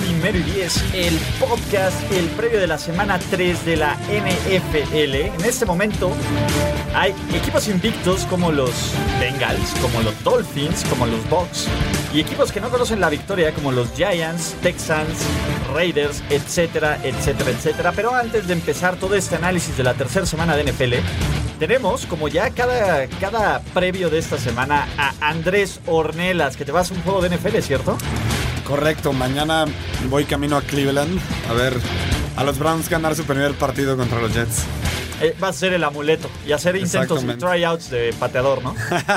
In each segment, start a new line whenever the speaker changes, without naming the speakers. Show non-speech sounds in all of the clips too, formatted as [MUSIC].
Primero y Diez, el podcast, el previo de la semana 3 de la NFL. En este momento hay equipos invictos como los Bengals, como los Dolphins, como los Bucks, y equipos que no conocen la victoria como los Giants, Texans, Raiders, etcétera, etcétera, etcétera. Pero antes de empezar todo este análisis de la tercera semana de NFL, tenemos, como ya cada, cada previo de esta semana, a Andrés Ornelas, que te vas a un juego de NFL, ¿cierto?
Correcto, mañana voy camino a Cleveland a ver a los Browns ganar su primer partido contra los Jets.
Eh, va a ser el amuleto y hacer intentos y
Exactamente.
tryouts de pateador, ¿no?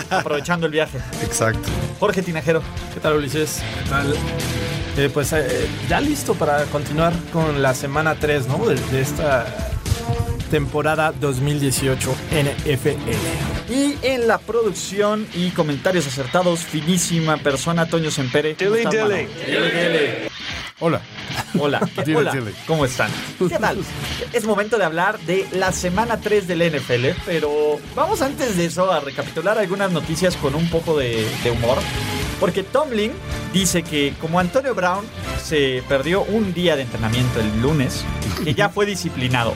Aprovechando el viaje.
Exacto.
Jorge Tinajero,
¿Qué tal, Ulises? ¿Qué tal? Eh, pues eh, ya listo para continuar con la semana 3, ¿no? De, de esta temporada 2018 NFL.
Y en la producción y comentarios acertados, finísima persona, Toño Sempere. ¿Cómo estás, mano?
Hola.
[LAUGHS] Hola, ¿qué-
Dile,
hola,
dile.
¿cómo están? ¿Qué tal? Es momento de hablar de la semana 3 del NFL, pero vamos antes de eso a recapitular algunas noticias con un poco de, de humor. Porque Tomlin dice que como Antonio Brown se perdió un día de entrenamiento el lunes, que ya fue disciplinado.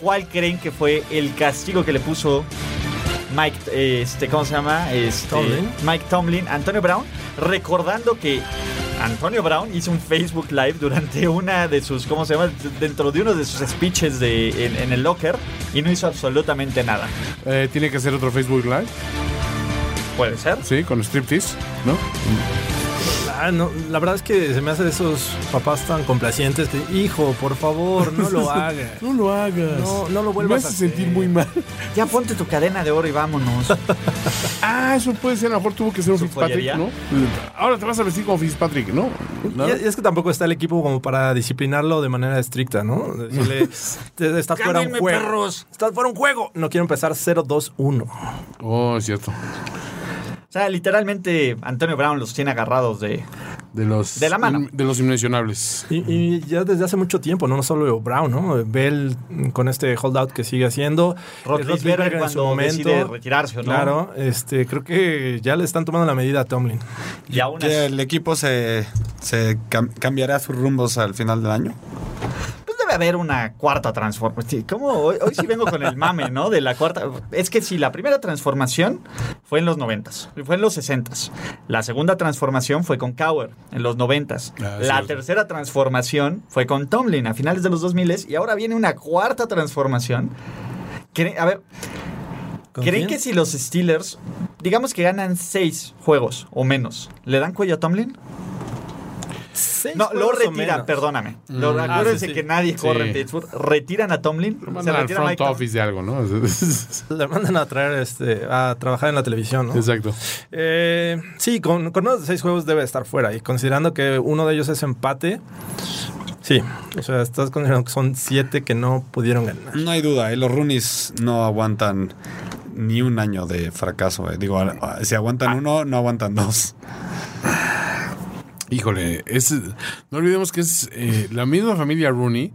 ¿Cuál creen que fue el castigo que le puso Mike, eh, este, ¿cómo se llama? Este,
Tomlin.
Mike Tomlin, Antonio Brown, recordando que Antonio Brown hizo un Facebook Live durante una de sus, ¿cómo se llama? Dentro de uno de sus speeches de, en, en el locker y no hizo absolutamente nada.
Eh, Tiene que hacer otro Facebook Live,
¿Puede ser?
sí, con striptease, ¿no?
Ah, no, la verdad es que se me hace de esos papás tan complacientes que, hijo, por favor, no [LAUGHS] lo hagas.
No lo hagas.
No, no lo
Me
vuelvas
hace
a
sentir
hacer.
muy mal.
Ya ponte tu cadena de oro y vámonos. [LAUGHS]
Ah, eso puede ser. A lo mejor tuvo que ser un
¿Su
Fitzpatrick,
pollería?
¿no? Ahora te vas a vestir como Fitzpatrick, ¿no? ¿No?
Y, y es que tampoco está el equipo como para disciplinarlo de manera estricta, ¿no? Decirle, [LAUGHS] "Te- estás fuera un
Cálmenme,
juego.
perros.
Estás fuera un juego. No quiero empezar 0-2-1.
Oh, es cierto.
O sea, literalmente Antonio Brown los tiene agarrados de...
De los,
De la mano.
De los inmencionables.
Y, y ya desde hace mucho tiempo, no, No solo Brown, ¿no? Bell mm, con este holdout que sigue haciendo.
Roethlisberger
Roethlisberger
cuando decide retirarse, ¿o no?
Claro, este, creo que ya le están tomando la medida a Tomlin.
Y aún así-
Que el equipo se, se cam- cambiará sus rumbos al final del año.
Pues debe haber una cuarta transformación. ¿Cómo? Hoy, hoy sí vengo con el mame, ¿no? De la cuarta. Es que si la primera transformación fue en los noventas, fue en los sesentas. La segunda transformación fue con Cowher en los noventas. la
Ah, cierto.
tercera transformación fue con Tomlin a finales de los 2000 y ahora viene una cuarta transformación. Cre- A ver,
¿Con
¿creen
quién?
que si los Steelers, digamos que ganan seis juegos o menos, le dan cuello a Tomlin?
Seis
No, lo
juegos o
retiran,
menos.
perdóname. Lo,
Ah,
acuérdense
sí, sí.
que nadie corre en
Mm. Sí.
Pittsburgh. Retiran a Tomlin.
Lo mandan al
retira
front
Mike Tomlin.
office de algo, ¿no? [LAUGHS]
Le mandan a traer este, a trabajar en la televisión, ¿no?
Exacto.
Eh, sí, con, con uno de seis juegos debe estar fuera. Y considerando que uno de ellos es empate, sí. O sea, estás considerando que son siete que no pudieron ganar.
No hay duda, eh, los Runis no aguantan ni un año de fracaso. eh. Digo, a- a- si aguantan uno, no aguantan dos.
Híjole, es, no olvidemos que es eh, la misma familia Rooney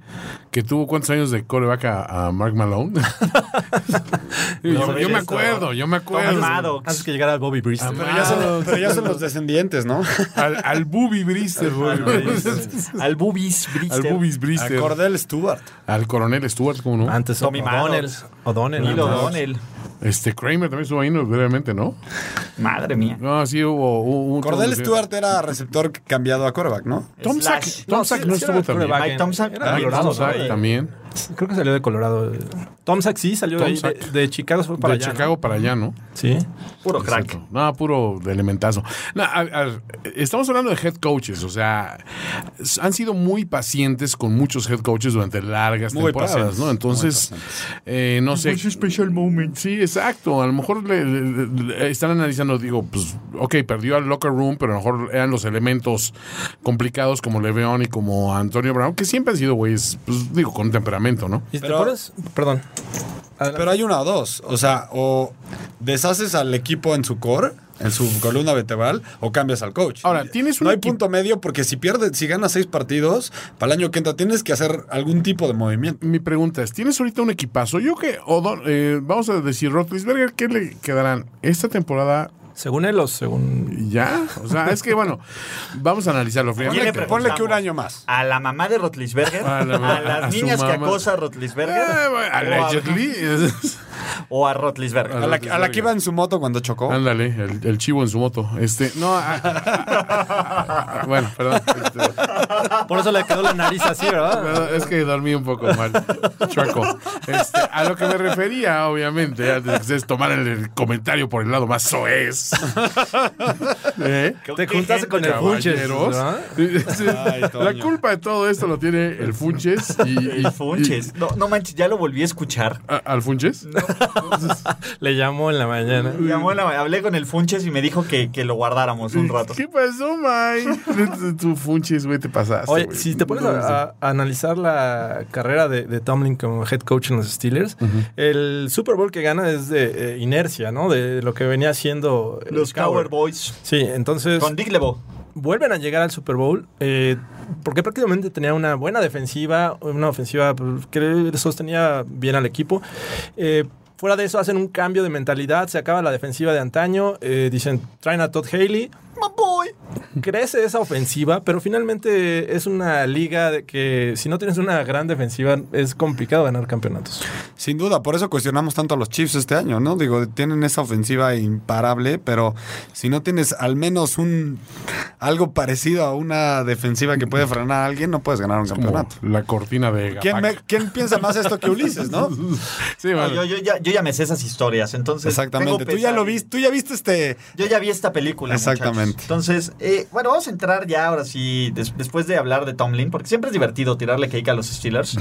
que tuvo cuántos años de coreback a, a Mark Malone. [LAUGHS] yo, yo me acuerdo, yo me acuerdo.
Amado.
Antes que llegara Bobby Bristol.
Pero ya son, pero ya son los descendientes, [LAUGHS] ¿no?
Al, al Booby Brister.
Al Bubis
al
Brister.
Boobies
A
Brister.
Cordell Stewart.
Al coronel Stewart, ¿cómo no?
Antes
Tommy
O'Donnell.
Maddox.
O'Donnell.
Neil
Maddox.
O'Donnell.
Este Kramer también estuvo ahí, no, brevemente, ¿no?
Madre mía.
No, sí hubo hubo un.
Cordell Stewart era receptor cambiado a quarterback, ¿no?
Tom Sack.
Slash.
Tom Sack no
sí, sí era
estuvo también.
coreback.
Mike Thompson.
Era
Ah,
También
Colorado,
Tom
estuvo
Sack
ahí.
también.
Creo que salió de Colorado. Tom Sack sí salió de,
Tom
ahí, de,
Sack.
de Chicago, se fue para
de
allá. ¿no?
Chicago para allá, ¿no?
Sí.
Puro crack.
Exacto. No, puro de elementazo. No, a- a- estamos hablando de head coaches, o sea, s- han sido muy pacientes con muchos head coaches durante largas
Muy
temporadas,
pacientes,
¿no? Entonces,
muy
eh, no sé. special moment. Sí, exacto. A lo mejor le- le- le- están analizando, digo, pues, ok, perdió al locker room, pero a lo mejor eran los elementos complicados como Leveón y como Antonio Brown, que siempre han sido güeyes, pues, digo, con temperamento, ¿no?
¿Y te
Pero-
pones? Perdón. Adelante.
Pero hay una o dos. O sea, o deshaces al equipo en su core, en su columna vertebral, o cambias al coach.
Ahora, tienes un
No hay
equipo-
punto medio porque si pierdes, si ganas seis partidos, para el año que entra tienes que hacer algún tipo de movimiento.
mi pregunta es, ¿tienes ahorita un equipazo? Yo que, Odon- eh, vamos a decir, Rotlisberger, ¿qué le quedarán esta temporada
Según él o según.
ya? O sea, es que bueno, vamos a analizarlo
¿Quién le
fríamente.
preguntamos?
Ponle que un año más.
¿A la mamá de Rotlisberger?
[LAUGHS] A
¿A,
la mamá- a
las
su
niñas que
mamá.
acosa
Eh,
Rotlisberger?
bueno, allegedly.
¿O a Rotlisberger?
A la, a la que iba en su moto cuando chocó.
Ándale, el, el chivo en su moto. Este, no. ah, [LAUGHS] bueno, perdón. este,
Por eso le quedó la nariz así, ¿verdad?
Perdón, es que dormí un poco mal, Chaco. Este, a lo que me refería, obviamente, antes de que ustedes tomaran el comentario por el lado más soez. ¿Eh?
Te juntaste con el Funches.
Caballeros. [LAUGHS]
¿verdad?
Ay,
La
Toño.
culpa de todo esto lo tiene el Funches y. y-
El Funches.
y-
No, no manches, ya lo volví a escuchar.
¿A- ¿Al Funches?
Le llamó en la mañana.
Este
Llamó la- hablé con el Funches y me dijo que, que lo guardáramos un rato.
¿Qué pasó,
[LAUGHS]
Mike? Tú, Funches, güey, te pasaste.
Oye,
güey.
si te pones a, a analizar la carrera de, de Tomlin como head coach en los Steelers, el Super Bowl que gana es de eh, inercia, ¿no? De lo que venía haciendo eh,
Los
Cowher.
Cowboy Boys.
Sí, entonces
Con Dick LeBeau.
vuelven a llegar al Super Bowl eh, porque prácticamente tenía una buena defensiva, una ofensiva pues, que sostenía bien al equipo. Eh, fuera de eso hacen un cambio de mentalidad, se acaba la defensiva de antaño, eh, dicen traen a Todd Haley,
My boy.
crece esa ofensiva, pero finalmente es una liga de que si no tienes una gran defensiva es complicado ganar campeonatos.
Sin duda, por eso cuestionamos tanto a los Chiefs este año, ¿no? Digo, tienen esa ofensiva imparable, pero si no tienes al menos un algo parecido a una defensiva que puede frenar a alguien, no puedes ganar un
Como
campeonato.
la cortina de.
¿Quién,
Gapac.
me- quién piensa más esto que Ulises, [LAUGHS] no?
Sí,
No,
bueno.
Ah, yo, yo ya, yo ya me sé esas historias, entonces.
Exactamente.
tengo
Tú ya lo
pesadillas.
viste, tú ya viste este.
Yo ya vi esta película. muchachos.
Exactamente.
Entonces, eh, bueno, vamos a entrar ya ahora sí, des- después de hablar de Tomlin, porque siempre es divertido tirarle cake a los
[LAUGHS]
Steelers.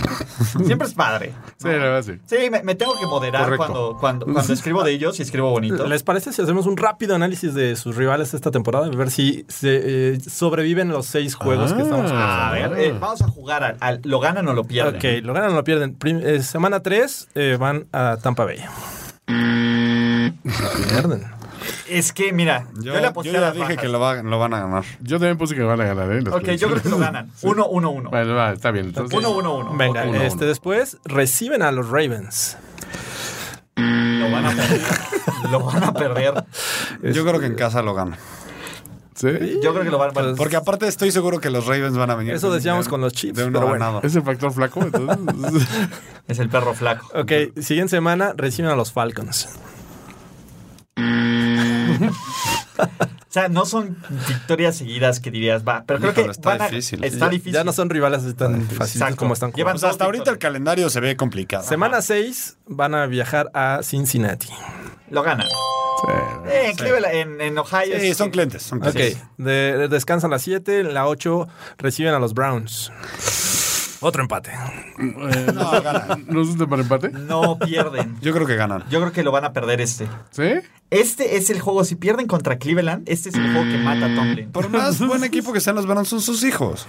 siempre es padre.
Sí, la verdad, sí.
Sí, me, me tengo que moderar
Correcto.
cuando, cuando,
[LAUGHS]
cuando escribo de ellos y escribo bonito.
¿Les parece si hacemos un rápido análisis de sus rivales esta temporada? A ver si se, eh, sobreviven los seis juegos que estamos
Ah.
A ver, eh, vamos a jugar al, al- lo ganan o lo pierden.
Ok, lo ganan o lo pierden. Prim- eh, semana 3 van a Tampa Bay. pierden.
Es que, mira, yo,
Yo,
le aposté
yo
a
ya
las
dije
bajas.
que lo, va- lo van a ganar.
Yo también puse que van a ganar, ¿eh? Las
Ok, yo creo que lo
[LAUGHS]
ganan. 1-1-1. Uno, uno, uno.
Bueno, va, está bien. Entonces,
Uno, uno, uno.
Venga,
Ok,
eh,
uno,
este,
uno.
después reciben a los Ravens.
Lo van a perder. [LAUGHS] lo van a perder.
Yo creo que en casa lo gana.
¿Sí?
Yo creo que lo van a perder.
Porque aparte estoy seguro que los Ravens van a venir.
Eso
de-
decíamos
de-
con los Chiefs,
De un
pero bueno.
ganado.
¿Es el factor flaco? Entonces, [LAUGHS]
Es el perro flaco.
Pues, Ok, siguiente semana reciben a los Falcons.
O sea, no son victorias seguidas que dirías, va. Pero creo
Híjole,
que
está
van a-
difícil.
Está
Ya-
difícil.
Ya no son rivales así tan fáciles
Exacto.
como están.
Llevan
O sea,
dos
hasta ahorita el
victorias.
calendario se ve complicado.
Semana 6 van a viajar a Cincinnati.
Lo ganan. Eh, en, Cleveland, en, en Ohio.
Sí,
es-
son clientes. Son
Ok,
clientes.
de- de- descansan las 7, en la 8 reciben a los Browns. Otro empate.
eh,
No, ganan.
¿No es un para empate?
No pierden.
Yo creo que ganan.
Yo creo que lo van a perder este.
¿Sí?
Este es el juego. Si pierden contra Cleveland, este es el juego que mata a Tomlin. Pues,
Por más
[LAUGHS]
buen equipo que sean los Browns, son sus hijos.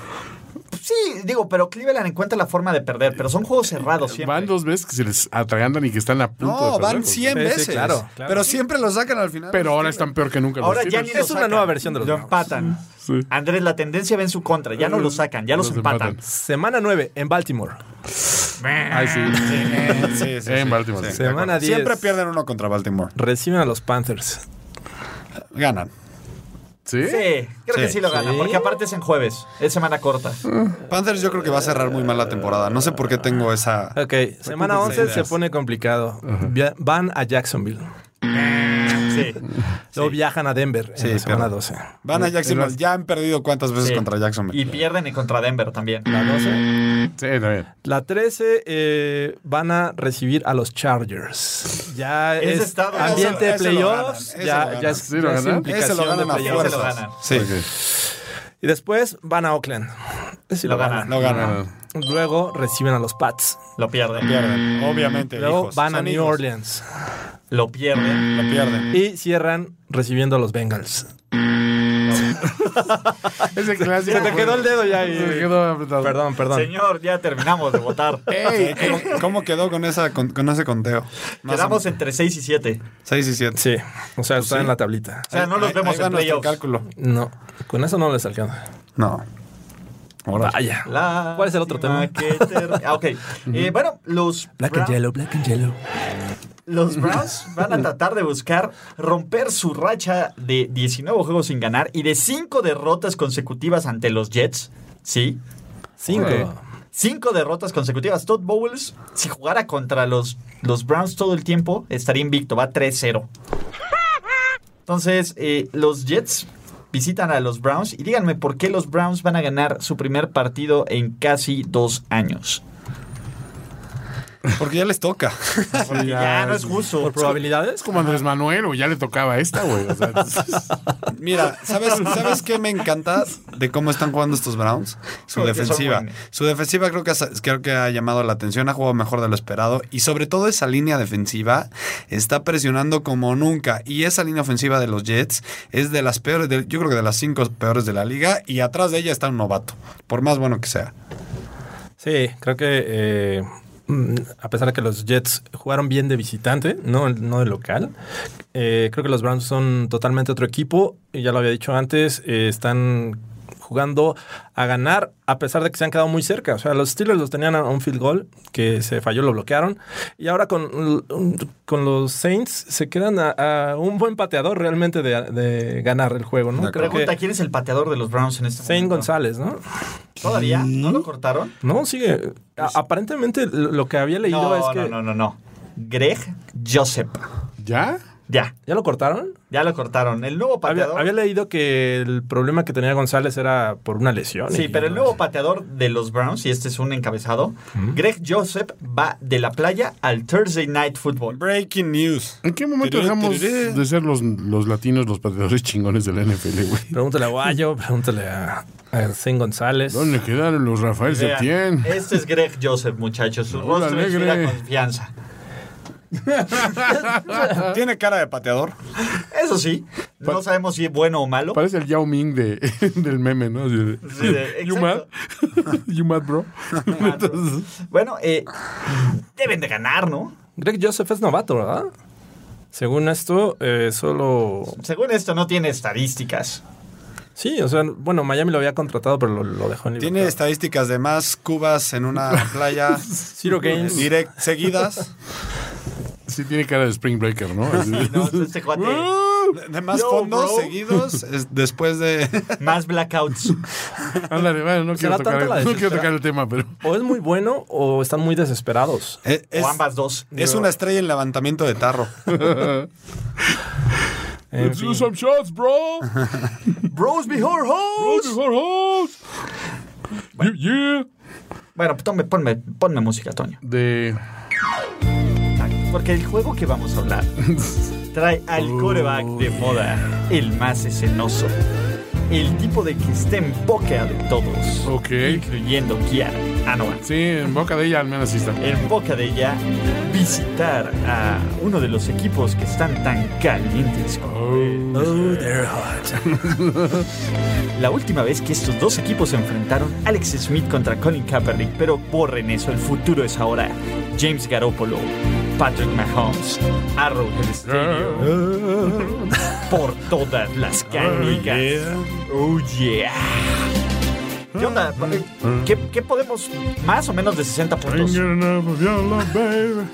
Sí, digo, pero Cleveland encuentra la forma de perder. Pero son juegos cerrados siempre.
Van dos veces que se les atragantan y que están a punto de
No,
perder,
van
o sea.
100
Sí, sí,
veces.
claro, claro.
Pero siempre los sacan al final.
Pero ahora están peor que nunca. los
Ahora ya ni
Steelers.
lo
Es una
sacan.
nueva versión de los
Lo
Browns.
empatan.
Sí.
Andrés, la tendencia va en su contra. Ya no lo sacan, ya los,
Los
empatan.
empatan.
Semana 9 en Baltimore.
Ay, sí.
Sí,
[LAUGHS]
sí, sí,
En
sí.
Baltimore.
Sí.
sí.
Semana 10
Siempre pierden uno contra Baltimore.
reciben a los Panthers.
Ganan.
¿Sí?
Sí, creo que
Sí.
sí lo gana,
Sí.
porque aparte es en jueves, es semana corta.
Panthers yo creo que va a cerrar muy mal la temporada. No sé por qué tengo esa...
Ok, semana
esas
11 se
ideas.
pone complicado. Via- Van a Jacksonville.
Sí, Sí.
Luego viajan a Denver en
Sí,
la semana
claro.
12.
Van a Jacksonville. Ya han perdido cuántas veces
Sí.
contra Jacksonville.
Y pierden contra Denver también. ¿eh?
La 12.
Sí, también.
La 13 eh, van a recibir a los Chargers. Ya
Ese
es
está- eso-
ambiente
ese
de
lo
playoffs.
ganan, ese lo
Ya,
ganan.
ya es,
Sí, lo
ya es
ganan.
implicación
Ese lo ganan
de
a
playoffs.
fuerzas.
fuerza.
ganan.
Sí,
Y después van a Oakland. Ese sí
Lo ganan.
lo ganan.
Luego reciben a los Pats.
Lo pierden.
Pierden, obviamente.
Luego
hijos.
van a
Son
New
hijos.
Orleans.
Lo pierden.
Lo pierden.
Y cierran recibiendo a los Bengals.
Es el clásico.
Se te quedó el dedo ya.
Se
y-
te quedó apretado.
Perdón, perdón.
Señor, ya terminamos de votar.
Ey,
Eh,
ey.
¿Cómo, cómo quedó con, esa, con, con ese conteo? Más
Quedamos entre 6 y 7.
6 y 7.
Sí, o sea, está en la tablita.
O sea, no los vemos en playoffs.
cálculo.
No, con eso no les alcanza.
No. Ahora.
Vaya.
La
¿Cuál es el otro tema?
que ter- Ah, ok. Eh, bueno, los, Brown-
black and yellow. [LAUGHS]
los Browns van a tratar de buscar romper su racha de 19 juegos sin ganar y de 5 derrotas consecutivas ante los Jets. Sí.
Cinco.
Ok.
Cinco derrotas consecutivas. Todd Bowles, si jugara contra los, los Browns todo el tiempo, estaría invicto. Va 3-0. Entonces, eh, los Jets visitan a los Browns y díganme por qué los Browns van a ganar su primer partido en casi dos años.
Porque ya les toca.
Porque ya no es justo.
Por probabilidades,
Como Andrés Manuel, o ya le tocaba esta, güey. O sea, [LAUGHS]
Mira, ¿sabes, ¿sabes qué me encanta de cómo están jugando estos Browns? Su
Porque son
defensiva.
buenos.
Su defensiva creo que, ha, creo que ha llamado la atención, ha jugado mejor de lo esperado y sobre todo esa línea defensiva está presionando como nunca. Y esa línea ofensiva de los Jets es de las peores, de- yo creo que de las cinco peores de la liga y atrás de ella está un novato, por más bueno que sea.
Sí, creo que eh, mm, a pesar de que los Jets jugaron bien de visitante, no, no de local, eh, creo que los Browns son totalmente otro equipo. Y ya lo había dicho antes, eh, están jugando a ganar a pesar de que se han quedado muy cerca. O sea, los Steelers los tenían a un field goal que se falló, lo bloquearon. Y ahora con, l- con los Saints se quedan a, a un buen pateador realmente de, de ganar el juego, ¿no?
De
Creo que
Pregunta, ¿quién es el pateador de los Browns en este
Zane
momento?
González, ¿no?
¿Todavía? ¿No lo cortaron?
No, sigue. A- aparentemente lo lo que había leído
Pues- No,
es que...
no, no, no, no. Greg Joseph.
¿Ya?
Ya,
¿Ya lo cortaron?
ya lo cortaron. El nuevo
Había,
pateador.
había leído que el problema que tenía González era por una lesión.
Sí,
y-
pero el nuevo pateador de los Browns, y este es un encabezado, Greg Joseph va de la playa al Thursday Night Football.
Breaking news.
¿En qué momento dejamos de ser los, los latinos los pateadores chingones de la NFL, güey?
Pregúntale
[LAUGHS]
a Guayo, pregúntale a, a Zen González.
¿Dónde quedaron los Rafael
Vean,
Septién?
este es Greg Joseph, muchachos. Su
Hola,
rostro inspira
alegre.
confianza.
Tiene cara de pateador.
Eso sí, no sabemos si es bueno o malo.
Parece el Yao Ming de, [LAUGHS] del meme, ¿no? Así de, [LAUGHS]
Sí, de-
you mad? You mad, bro?
Bueno, eh, deben de ganar, ¿no?
Greg Joseph es novato, ¿verdad? Según esto, eh, solo...
Según esto, no tiene estadísticas.
Sí, o sea, bueno, Miami lo había contratado, pero lo, lo dejó en libertad.
Tiene
este
estadísticas de más cubas en una playa
Zero games.
direct seguidas.
Sí tiene cara de Spring Breaker, ¿no?
[LAUGHS]
Así de-
[LAUGHS]
No, este cuate,
De más
Yo,
fondos
bro.
seguidos es- después de.
más blackouts.
Ándale, vale, no
¿Será
quiero, tocar el,
tanta la
no quiero
desespera-
tocar el tema, pero...
O es muy bueno o están muy desesperados.
e, Es,
o ambas dos.
es una estrella en levantamiento de tarro.
En
Let's
fin.
do some shots, bro!
Bros before
Bro,
hoes.
before hoes. Yeah, yeah.
Bueno, pues, tome- ponme, ponme música, Toño.
De...
Porque el juego que vamos a hablar trae al coreback de moda, el más escenoso, el tipo de que está en boca de todos,
Ok.
incluyendo Kiara Ah, Anoa.
Sí, en boca de ella al menos sí está.
En boca de ella, visitar a uno de los equipos que están tan calientes como él.
Oh, they're
[LAUGHS]
hot.
La última vez que estos dos equipos se enfrentaron, Alex Smith contra Colin Kaepernick, pero borren eso, el futuro es ahora. James Garoppolo, Patrick Mahomes, Arrowhead Stadium.
[LAUGHS]
por todas las canicas. Oh yeah. ¿Qué onda? ¿Qué, qué podemos? Más o menos de 60 puntos.
Thinking of your love, baby.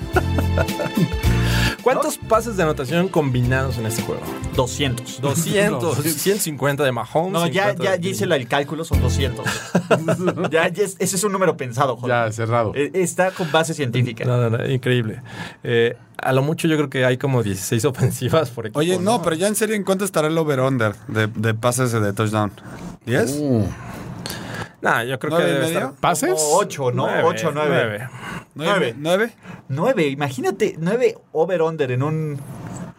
¿Cuántos pases de anotación combinados en
[LAUGHS]
este juego?
200.
200, 150 de Mahomes.
No, ya, ya,
50 de
ya
Green.
hice el cálculo, son 200. ya, ya es- ese es un número pensado, joder.
Ya, cerrado.
Eh, Está con base científica.
[LAUGHS] No, no, no, increíble. Eh, a lo mucho yo creo que hay como 16 [LAUGHS] ofensivas por equipo.
Oye, no, pero ya en serio, ¿en cuánto estará el over-under de, de pases de touchdown? ¿10?
Uh,
Nah, yo creo que
¿Nueve y
debe
medio?
estar...
¿Pases?
Como 8, ¿no? 8, 9.
nueve.
Nueve.
¿Nueve?
9, imagínate, 9 over-under en un.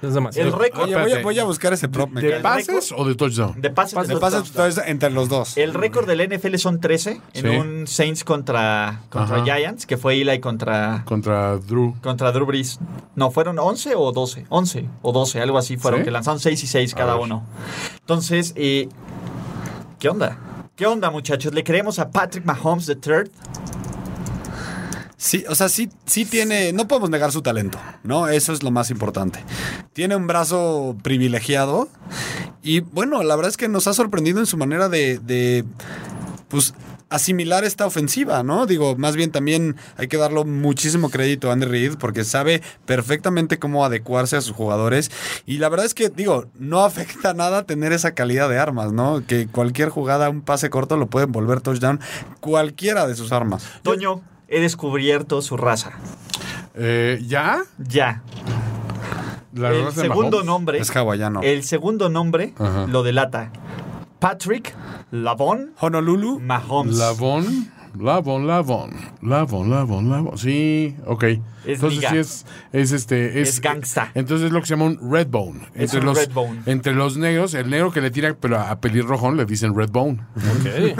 Es demasiado.
El récord
Oye, voy a, voy a buscar ese prop, me
¿De
cae.
pases o de touchdown?
de pases de
De pases
touchdown.
touchdown entre los dos.
El récord del NFL son 13 en
Sí.
un Saints contra, contra
Ajá.
Giants, que fue Eli contra,
Contra Drew.
contra Drew Brees. No, fueron 11 o 12. 11 o 12, algo así fueron,
¿Sí?
que lanzaron 6 y 6 cada
ver.
uno. Entonces, eh, ¿qué onda? ¿Qué onda, muchachos? ¿Le creemos a Patrick Mahomes the third?
Sí, o sea, sí, sí tiene, no podemos negar su talento, ¿no? Eso es lo más importante. Tiene un brazo privilegiado y bueno, la verdad es que nos ha sorprendido en su manera de, de, pues, asimilar esta ofensiva, ¿no? Digo, más bien también hay que darle muchísimo crédito a Andy Reid porque sabe perfectamente cómo adecuarse a sus jugadores y la verdad es que, digo, no afecta nada tener esa calidad de armas, ¿no? Que cualquier jugada, un pase corto lo pueden volver touchdown cualquiera de sus armas.
Toño, he descubierto su raza.
Eh, ¿Ya?
Ya.
La
el
raza de
segundo
Mahomes.
nombre.
Es hawaiano.
El segundo nombre
Ajá.
lo delata. Patrick Lavon
Honolulu.
Mahomes.
Lavón, Lavón, Lavón, Lavón, Lavón, Lavón. Sí, ok. entonces
liga.
sí es, es este es,
Es gangsta.
Entonces es lo que se llama un red bone.
Es
entre
un
los
red bone.
entre los negros, el negro que le tira pero a pelirrojón le dicen red bone.
[LAUGHS]
Ok.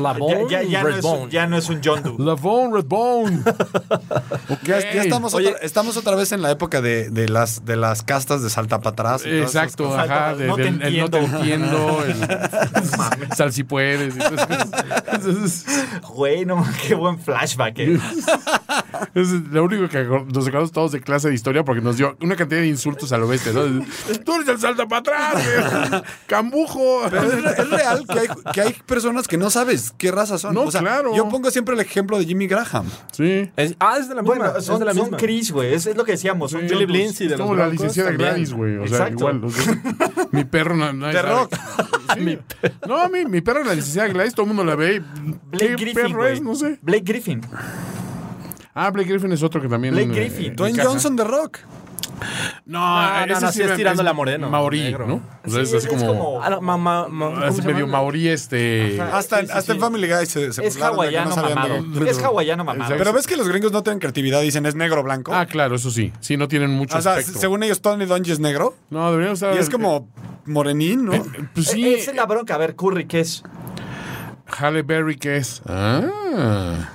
La
Ya,
Bone,
ya- ya no
Red
es, un-
Bone.
ya no es un John
[LAUGHS]
Doe.
Lavón, red
[LAUGHS]
bone.
Ya, ya estamos,
Oye.
otra, estamos otra vez en la época de, de las, de las castas de salta para atrás. y todas esas
Exacto,
cosas.
ajá, de-
No te
del- el no te
entiendo. [LAUGHS]
entiendo, el sal si puedes. Entonces, entonces,
Güey, no, qué buen flashback. eh.
Es lo único que acor- nos acordamos todos de clase de historia porque nos dio una cantidad de insultos a lo bestia. ¿no? Tú eres el salta para atrás, güey. cambujo.
Pero es, es real que hay, que hay personas que no sabes qué raza son.
No,
O sea,
claro.
Yo pongo siempre el ejemplo de Jimmy Graham.
Sí.
Es- ah, es de la misma.
Bueno,
es
son,
de la
son
misma.
Chris, güey. Es, es lo que decíamos. Son
Sí.
John
Philip
Does.
Lindsay de
Es
los
como la
Broncos
licenciada
también.
Gladys, güey. O sea,
Exacto.
igual. o sea, mi perro no. nadie
The
sabe.
Rock.
Sí. No, mi, mi perro, la licenciada Gladys, todo el mundo la ve. y,
Blake
¿Qué
Griffin,
perro
güey.
es? No sé.
Blake Griffin.
Ah, Blake Griffin es otro que también. eh,
Blake Griffin.
Dwayne
encaja.
Johnson de Rock.
No,
No, no, no,
ese sí
sí es
era-
tirándole a moreno,
Maorí,
negro.
¿no? O sea,
Sí,
es así como.
Ah, no, ma- ma- ma- ¿cómo
es
se
medio
llama?
maorí este.
Ajá.
Hasta,
Sí, sí, sí.
hasta en Family Guy se, se
Es
burlaron de que
hawaiano
sabían
mamado.
leer.
leer.
Es hawaiano mamado.
Exacto.
Pero ves que los gringos no tienen creatividad, dicen es negro o blanco.
Ah, claro, eso sí. Sí, no tienen mucho
o sea,
aspecto.
según ellos, Tony Dungy es negro.
No, deberíamos estar.
Y es como morenín, ¿no?
Pues
Eh,
sí.
Esa es la bronca. A ver, Curry, ¿qué es?
Halle Berry, ¿qué es? Ah.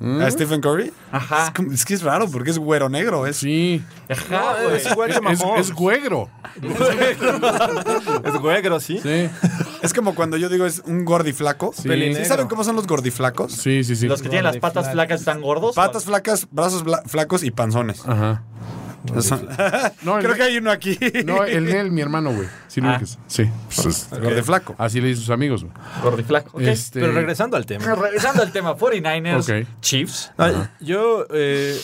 A Stephen Curry.
Ajá.
Es, como- es que es raro porque es güero negro. Es,
Sí.
Ajá,
No,
güey.
es igual que
Es,
Mahomes.
es güegro.
Es güegro, sí.
Sí.
es como cuando yo digo es un gordiflaco.
Sí.
¿Sí saben cómo son los gordiflacos?
Sí, sí, sí.
Los que tienen las patas
Flacas.
flacas están gordos.
Patas flacas, brazos bla- flacos y panzones.
Ajá.
Son-
No, el-
Creo que hay uno aquí.
No, el Nel, mi hermano, güey. Sí, lo
Ah.
ubicas. Sí. Pues es-
[LAUGHS] Gordiflaco.
Así le dicen sus amigos, güey.
Gordiflaco. ok.
Este,
Pero regresando al tema.
Regresando al tema, 49ers,
Ok.
Chiefs.
No, yo eh,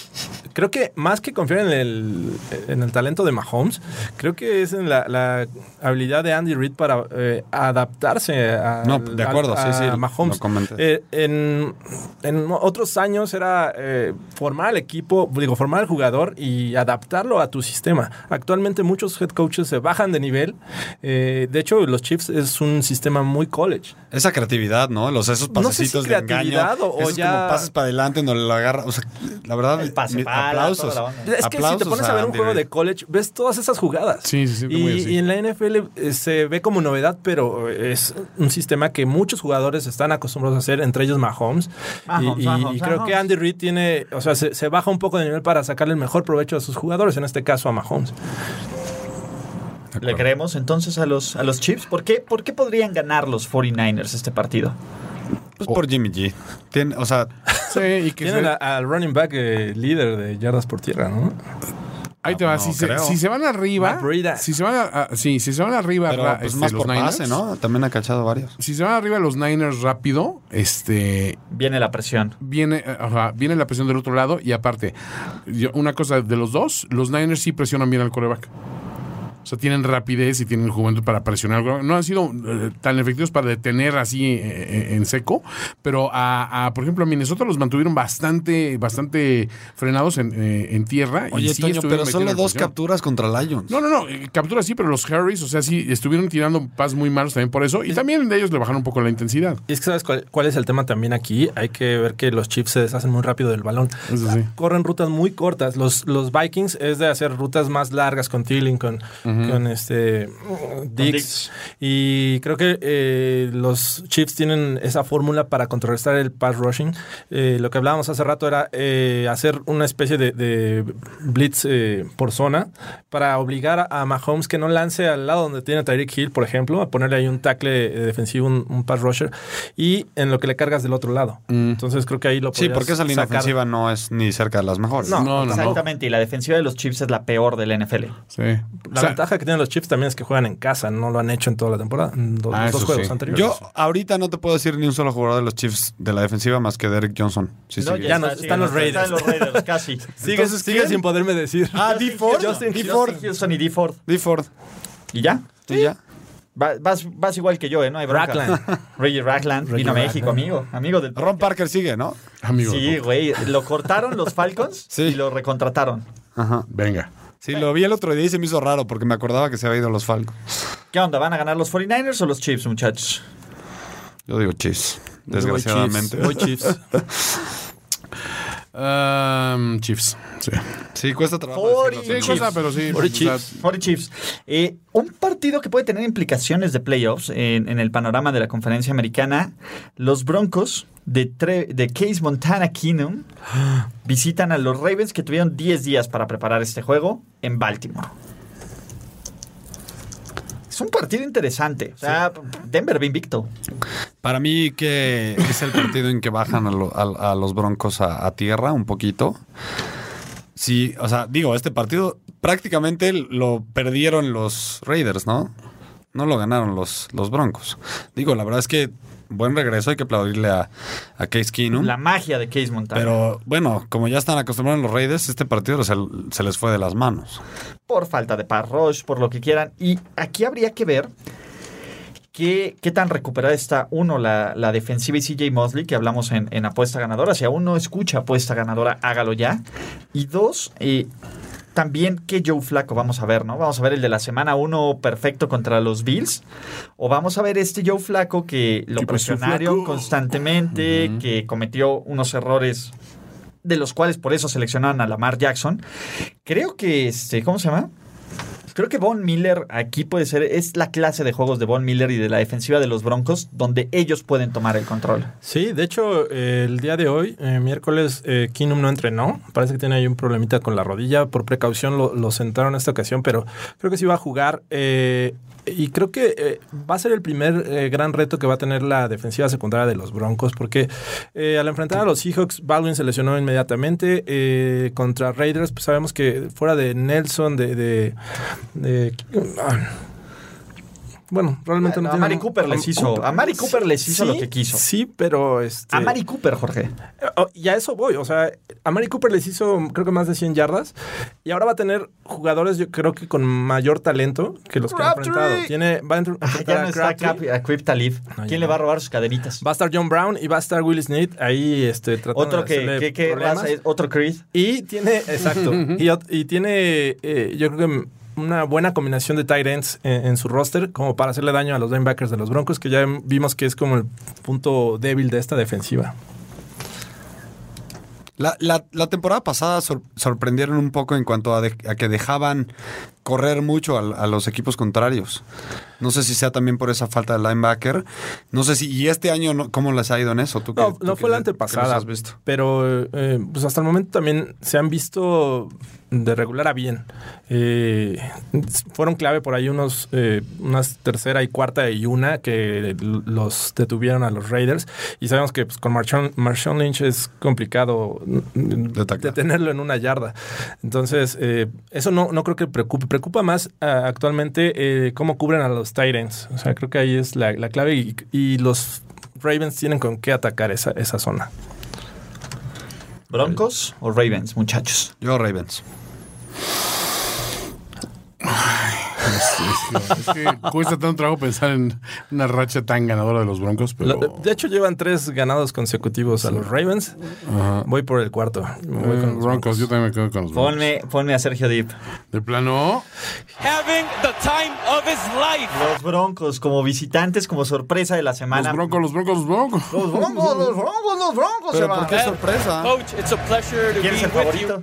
creo que más que confiar en el, en el talento de Mahomes, creo que es en la, la habilidad de Andy Reid para eh, adaptarse a,
No, de acuerdo,
a-
sí, sí,
a Mahomes.
lo comenté.
Eh, en, en otros años era eh, formar al equipo, digo, formar al jugador y adaptarlo a tu sistema. Actualmente muchos head coaches se bajan de nivel. Eh, de hecho, los Chiefs es un sistema muy college.
Esa creatividad, ¿no? Los esos
No sé si
pasecitos de
creatividad
engaño.
o- o
esos
ya-
como pases para adelante no lo agarra. O sea, la verdad,
El pase
mi-
para,
aplausos.
toda la onda.
Es que si te
Aplausos
pones a ver un
Andy
juego de
Reid.
college, ves todas esas jugadas.
Sí, sí, sí, muy
y,
así.
y en la NFL eh, se ve como novedad, pero eh, es un sistema que muchos jugadores están acostumbrados a hacer, entre ellos Mahomes.
Mahomes,
y y- y
Mahomes,
creo
Mahomes.
que Andy Reid tiene, o sea, se, se baja un poco de nivel para sacarle el mejor provecho a sus jugadores, en este caso a Mahomes.
¿Le creemos entonces a los, a los Chiefs? ¿Por qué, ¿Por qué podrían ganar los 49ers este partido?
Pues por Jimmy G. Tiene- o sea,
sí, y que
Tienen
se-
a- al running back eh, líder de yardas por tierra, ¿no?
Ahí te va.
No,
si, se,
creo.
si se van arriba.
Matt Breida.
Si se van, a- a- sí, si se van arriba
Pero
ra-
pues
este,
más
los
por
Niners.
pase, ¿no? También ha cachado varios.
Si se van arriba los Niners rápido, este
Viene la presión.
viene, eh, ajá, viene la presión del otro lado. Y aparte, yo- una cosa de los dos, los Niners sí presionan bien al coreback. O sea, tienen rapidez y tienen juventud para presionar. al coreback. No han sido eh, tan efectivos para detener así eh, eh, en seco, pero a, a, por ejemplo a Minnesota los mantuvieron bastante, bastante frenados en, eh, en tierra. y
Oye,
sí
Toño,
estuvieron
pero solo
metiendo
dos
presión.
capturas contra Lions.
No, no, no, eh, captura sí, pero los Harris, o sea, sí, estuvieron tirando pas muy malos también por eso. Y también de ellos le bajaron un poco la intensidad.
Y es que sabes cuál, cuál es el tema también aquí. Hay que ver que los Chiefs se deshacen muy rápido del balón.
Eso sí.
Corren rutas muy cortas. Los, los Vikings es de hacer rutas más largas con Tilling, con, con este Dix.
Diggs.
Y creo que eh, los Chiefs tienen esa fórmula para contrarrestar el pass rushing. Eh, lo que hablábamos hace rato era eh, hacer una especie de, de blitz eh, por zona para obligar a Mahomes que no lance al lado donde tiene a Tyreek Hill, por ejemplo, a ponerle ahí un tackle eh, defensivo, un, un pass rusher, y en lo que le cargas del otro lado. Entonces creo que ahí lo
Mm. Sí,
podrías
porque esa línea
sacar.
ofensiva no es ni cerca de las mejores.
No, no, no.
Exactamente, y la defensiva de los Chiefs es la peor del NFL.
Sí.
La
O sea,
ventaja que tienen los Chiefs también es que juegan en casa, no lo han hecho en toda la temporada, en do-
Ah,
los dos
eso
juegos
sí.
anteriores.
Yo ahorita no te puedo decir ni un solo jugador de los Chiefs de la defensiva más que Derek Johnson. Sí,
No,
sí.
ya no, están los Raiders.
Están los Raiders, casi.
Sigue, sigue sin poderme decir.
Ah, D. Ford.
[LAUGHS] Justin
D.
Houston.
Ford.
Houston y D. Ford.
D. Ford.
¿Y ya?
¿Y ya?
Va- vas, vas igual que yo, ¿eh? No hay bronca.
Ragland.
[LAUGHS] Reggie Ragland.
Reggie
vino a
Ragland.
México, amigo. Amigo del...
Ron Parker sigue, ¿no?
amigo.
Sí, güey. Lo cortaron los Falcons
Sí.
y lo recontrataron.
Ajá.
Venga.
Sí, lo vi el otro día y se me hizo raro porque me acordaba que se había ido a los Falcons.
¿Qué onda? ¿Van a ganar los 49ers o los Chiefs, muchachos?
Yo digo Chiefs,
Yo voy Chiefs,
desgraciadamente. [LAUGHS]
voy Chiefs.
Um, Chiefs. Sí.
Sí, cuesta trabajo.
Forty
decirlo,
Sí,
Chiefs.
Toño.
cosa, pero sí.
Pobre
o sea,
Chiefs.
40 Chiefs. Eh, un partido que puede tener implicaciones de playoffs en, en el panorama de la conferencia americana. Los Broncos de, Tre- de Case Montana Keenum visitan a los Ravens que tuvieron 10 días para preparar este juego en Baltimore. Es un partido interesante. O sea, Denver va invicto.
Para mí que es el partido en que bajan a, lo- a- a los Broncos a, a tierra un poquito. Sí, o sea, digo, este partido prácticamente lo perdieron los Raiders, ¿no? No lo ganaron los, los Broncos. Digo, la verdad es que buen regreso, hay que aplaudirle a, a Case Keenum.
La magia de Case Montana.
Pero bueno, como ya están acostumbrados los Raiders, este partido se, se les fue de las manos.
por falta de pass rush, por lo que quieran. Y aquí habría que ver qué, qué tan recuperada está, uno, la, la defensiva y CJ Mosley, que hablamos en, en apuesta ganadora. Si aún no escucha apuesta ganadora, hágalo ya. Y dos, eh, también qué Joe Flaco vamos a ver, ¿no? Vamos a ver el de la semana uno perfecto contra los Bills. O vamos a ver este Joe Flaco que lo
¿Qué pasó,
presionaron
Flaco?
constantemente, que cometió unos errores de los cuales por eso seleccionaron a Lamar Jackson. Creo que, este, ¿cómo se llama? Pues Creo que Von Miller aquí puede ser, es la clase de juegos de Von Miller y de la defensiva de los Broncos donde ellos pueden tomar el control.
Sí, de hecho, eh, el día de hoy, eh, miércoles, eh, Keenum no entrenó. Parece que tiene ahí un problemita con la rodilla. Por precaución lo, lo sentaron esta ocasión, pero creo que sí va a jugar. eh, y creo que eh, va a ser el primer eh, gran reto que va a tener la defensiva secundaria de los Broncos, porque eh, al enfrentar a los Seahawks, Baldwin se lesionó inmediatamente. eh, contra Raiders, pues sabemos que fuera de Nelson, de. de- de- ah, bueno, realmente no
A
tiene-
Mari Cooper les hizo, a Mari Cooper les hizo
Sí,
lo que quiso.
Sí, pero este.
A Mari Cooper, Jorge.
Eh, oh, Y a eso voy. O sea, a Mari Cooper les hizo creo que más de 100 yardas. Y ahora va a tener jugadores, yo creo que con mayor talento que los que ha
Crabtree.
enfrentado. Tiene, va a entr-
Ah,
enfrentar
ya no
a
está
Crabtree,
Cap, a Quip Talib.
No, ya
¿Quién le
no.
va a robar sus cadenitas?
Va a estar John Brown y va a estar Will Snead ahí este, tratando
Otro
de
que,
hacerle
que, que
problemas.
raza es- otro Creed.
Y tiene,
[LAUGHS]
exacto. y, ot- y tiene, eh, yo creo que una buena combinación de tight ends en, en su roster como para hacerle daño a los linebackers de los Broncos, que ya vimos que es como el punto débil de esta defensiva.
La, la- la temporada pasada sor- sorprendieron un poco en cuanto a, de- a que dejaban correr mucho al- a, los equipos contrarios. No sé si sea también por esa falta de linebacker. No sé si. ¿Y este año no- cómo les ha ido en eso? ¿Tú qué- tú
No, no fue
qué-
la
qué los
antepasada.
has visto?
Pero eh, pues hasta el momento también se han visto de regular a bien. Eh, fueron clave por ahí unos, eh, unas tercera y cuarta y una que los detuvieron a los Raiders. Y sabemos que pues, con Marshawn, Marshawn Lynch es complicado detenerlo en una yarda. Entonces, eh, eso no, no creo que preocupe. Preocupa más ah, actualmente cómo cubren a los Titans. O sea, creo que ahí es la, la clave y, y los Ravens tienen con qué atacar esa, esa zona.
¿Broncos o Ravens, muchachos?
Yo Ravens.
Es que cuesta tanto trabajo pensar en una racha tan ganadora de los Broncos, pero...
Lo- De hecho, llevan tres ganados consecutivos a los Ravens. Voy por el cuarto. Me voy
Eh,
con los
broncos, yo también me quedo con los Broncos.
Ponme, ponme a Sergio Deep.
De plano,
having the time of his life.
Los Broncos como visitantes, como sorpresa de la semana.
los Broncos, los Broncos, los Broncos.
Los Broncos, los Broncos, los Broncos,
Pero
Eva.
¿por
eh,
qué
oh.
sorpresa?
Coach, it's a pleasure to be
¿Quién es el
with you.
favorito?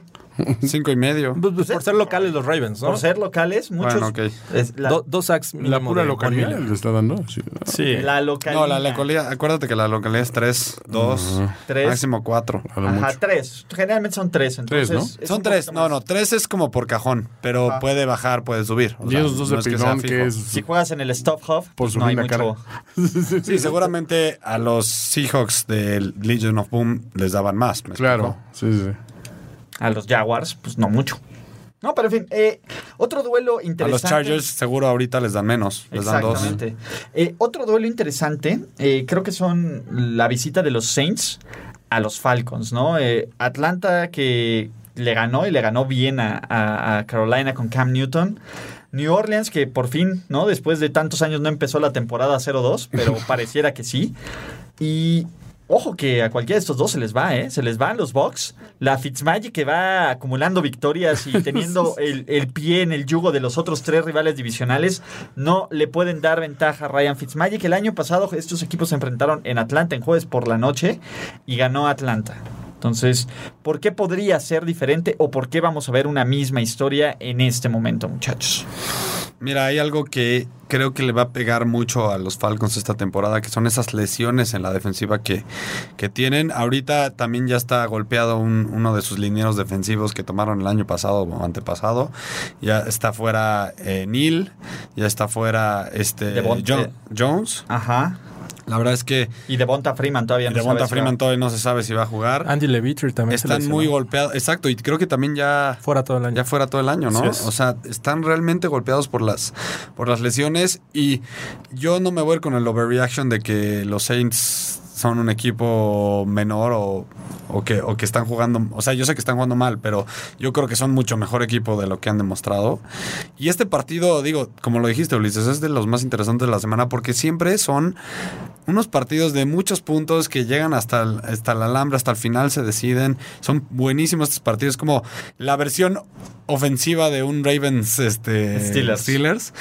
Cinco y medio.
Broncos. Pues, Por ser locales los Ravens, ¿no?
Por ser locales, muchos.
Bueno, ok.
es la,
Do- dos sacks
La
mínimo
pura
de
localidad
Von Miller.
le está dando. sí.
Sí.
la localidad.
No, la localidad, acuérdate que la localidad es tres, dos,
Tres.
máximo cuatro.
A lo
Ajá,
mucho.
tres. Generalmente son tres. Entonces,
Tres, ¿no?
es
Son
un
tres,
poquito
no,
más.
no, tres es como por cajón, pero puede bajar, puede subir. O
Y
sea,
esos dos de
no es que sea
pilón que,
fijo.
es
Si juegas en el Stop Hub,
por
pues
su
no hay
linda
mucho.
cara.
Sí, seguramente a los Seahawks del Legion of Boom les daban más. ¿me
Claro,
explico?
sí, sí.
A los Jaguars, pues no mucho. No, pero en fin, eh, otro duelo
A los
interesante.
Chargers seguro ahorita les dan menos, les dan dos.
Exactamente. Eh, otro duelo interesante, eh, creo que son la visita de los Saints a los Falcons, ¿no? Eh, Atlanta que le ganó y le ganó bien a, a- a Carolina con Cam Newton. New Orleans que por fin, ¿no? Después de tantos años no empezó la temporada 0-2,
[LAUGHS]
pero pareciera que sí. Y ojo que a cualquiera de estos dos se les va, ¿eh? Se les va a los Bucks. La Fitzmagic que va acumulando victorias y teniendo el, el pie en el yugo de los otros tres rivales divisionales, no le pueden dar ventaja a Ryan Fitzmagic. El año pasado estos equipos se enfrentaron en Atlanta en jueves por la noche y ganó Atlanta. Entonces, ¿por qué podría ser diferente o por qué vamos a ver una misma historia en este momento, muchachos?
Mira, hay algo que creo que le va a pegar mucho a los Falcons esta temporada, que son esas lesiones en la defensiva que, que tienen. Ahorita también ya está golpeado un- uno de sus linieros defensivos que tomaron el año pasado o antepasado. Ya está fuera eh, Neil, ya está fuera este,
Devonte.
Jo- Jones.
Ajá.
La verdad es que
Y Devonta Freeman todavía no sabe
Devonta
si va-
Freeman todavía no se sabe si va a jugar.
Andy Levitri también se
Están
lesionó.
muy golpeados. Exacto, y creo que también ya
Fuera todo el año.
ya fuera todo el año, ¿no?
Así es.
O sea, están realmente golpeados por las, por las lesiones y yo no me voy a ir con el overreaction de que los Saints son un equipo menor o, o que, o que están jugando, o sea, yo sé que están jugando mal, pero yo creo que son mucho mejor equipo de lo que han demostrado. Y este partido, digo, como lo dijiste, Ulises, es de los más interesantes de la semana porque siempre son unos partidos de muchos puntos que llegan hasta el, hasta la Alhambra, hasta el final se deciden. Son buenísimos estos partidos, como la versión ofensiva de un Ravens este,
Steelers.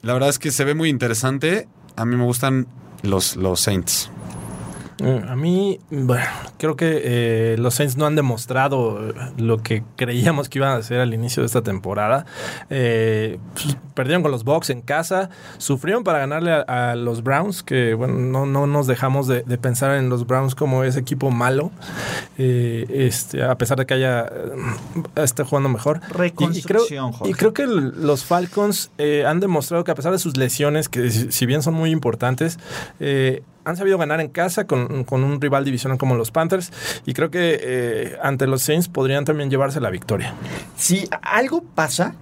La verdad es que se ve muy interesante. A mí me gustan los, los Saints.
Eh, A mí, bueno, creo que eh, los Saints no han demostrado eh, lo que creíamos que iban a hacer al inicio de esta temporada. Eh, pues, perdieron con los Bucks en casa, sufrieron para ganarle a, a los Browns, que bueno, no, no nos dejamos de, de pensar en los Browns como ese equipo malo, eh, este, a pesar de que haya eh, esté jugando mejor.
Reconstrucción,
Y- y creo-
Jorge.
y creo que el- los Falcons eh, han demostrado que a pesar de sus lesiones, que si si bien son muy importantes, eh, han sabido ganar en casa con, con un rival divisional como los Panthers. Y creo que eh, ante los Saints podrían también llevarse la victoria.
Si algo pasa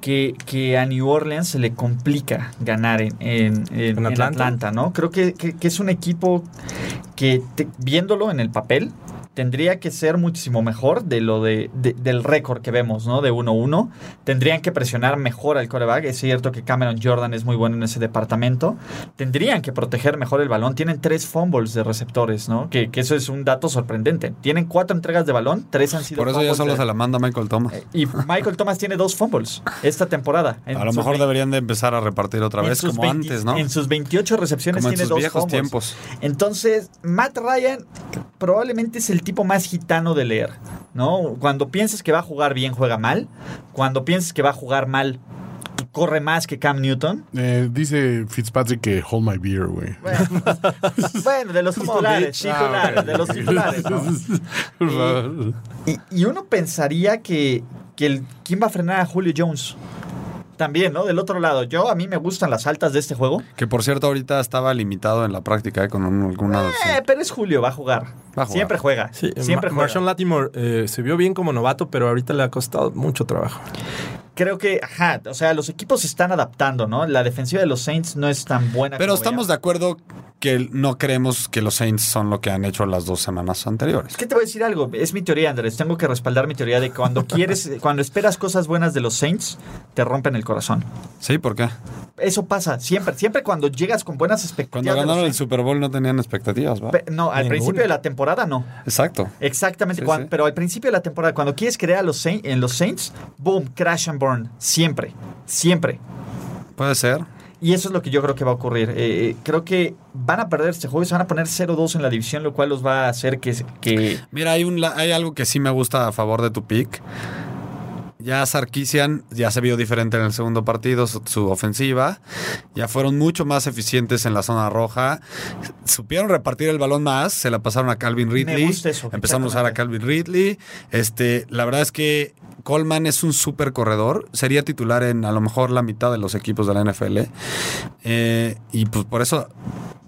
que, que a New Orleans se le complica ganar en, en- en- en Atlanta?
Atlanta?
¿no? Creo que, que- que es un equipo que, te- viéndolo en el papel, tendría que ser muchísimo mejor de lo de, de- del récord que vemos, ¿no? De 1-1. Tendrían que presionar mejor al coreback. Es cierto que Cameron Jordan es muy bueno en ese departamento. Tendrían que proteger mejor el balón. Tienen tres fumbles de receptores, ¿no? Que, que eso es un dato sorprendente. Tienen cuatro entregas de balón, tres han sido
Por eso ya
fumbles
solo
de-
se la manda Michael Thomas.
y Michael Thomas tiene dos fumbles esta temporada. En
A lo
sus
mejor
vein-
deberían de empezar a repartir otra
en
vez,
sus
como
20
antes, ¿no?
En sus 28 recepciones
Como en
tiene
sus
dos
viejos
fumbles.
tiempos.
Entonces, Matt Ryan probablemente es el tipo más gitano de leer, ¿no? Cuando piensas que va a jugar bien, juega mal. Cuando piensas que va a jugar mal, corre más que Cam Newton.
Eh, dice Fitzpatrick que hold my beer, güey.
[LAUGHS]
Bueno, bueno, de los titulares,
Ah, [LAUGHS]
titulares, de los titulares, ¿no? Y, y uno pensaría que, que el, ¿quién va a frenar a Julio Jones? También, ¿no? Del otro lado, yo a mí me gustan las altas de este juego.
Que por cierto, ahorita estaba limitado en la práctica ¿eh? con un- alguna.
Eh, pero es Julio, va a jugar.
Va a jugar.
Siempre juega.
Sí,
siempre
Ma-
juega.
Marshawn Latimore eh, se vio bien como novato, pero ahorita le ha costado mucho trabajo.
Creo que, ajá, o sea, los equipos se están adaptando, ¿no? La defensiva de los Saints no es tan buena.
Pero
como
estamos de acuerdo que no creemos que los Saints son lo que han hecho las dos semanas anteriores.
Es que te voy a decir algo, es mi teoría, Andrés. Tengo que respaldar mi teoría de que cuando quieres, [LAUGHS] cuando esperas cosas buenas de los Saints, te rompen el corazón.
Sí, ¿por qué?
Eso pasa siempre, siempre cuando llegas con buenas
Cuando
expectativas. de los
ganaron el
Saints.
Super Bowl no tenían expectativas, ¿va?
Pe- No, al
Ninguna.
principio de la temporada no.
Exacto.
Exactamente,
Sí,
cuan-
sí.
pero al principio de la temporada, cuando quieres crear a los Saints, en los Saints, boom, crash and burn, siempre, siempre.
Puede ser.
Y eso es lo que yo creo que va a ocurrir. Eh, eh, creo que van a perder este juego y se van a poner 0-2 en la división, lo cual los va a hacer que... que
Mira, hay, un, la- hay algo que sí me gusta a favor de tu pick. Ya Sarkisian ya se vio diferente en el segundo partido, su, su ofensiva. Ya fueron mucho más eficientes en la zona roja. Supieron repartir el balón más, se la pasaron a Calvin Ridley.
gusta eso,
Empezaron a usar a Calvin Ridley. Este, la verdad es que Coleman es un súper corredor. Sería titular en a lo mejor la mitad de los equipos de la NFL. Eh, y pues por eso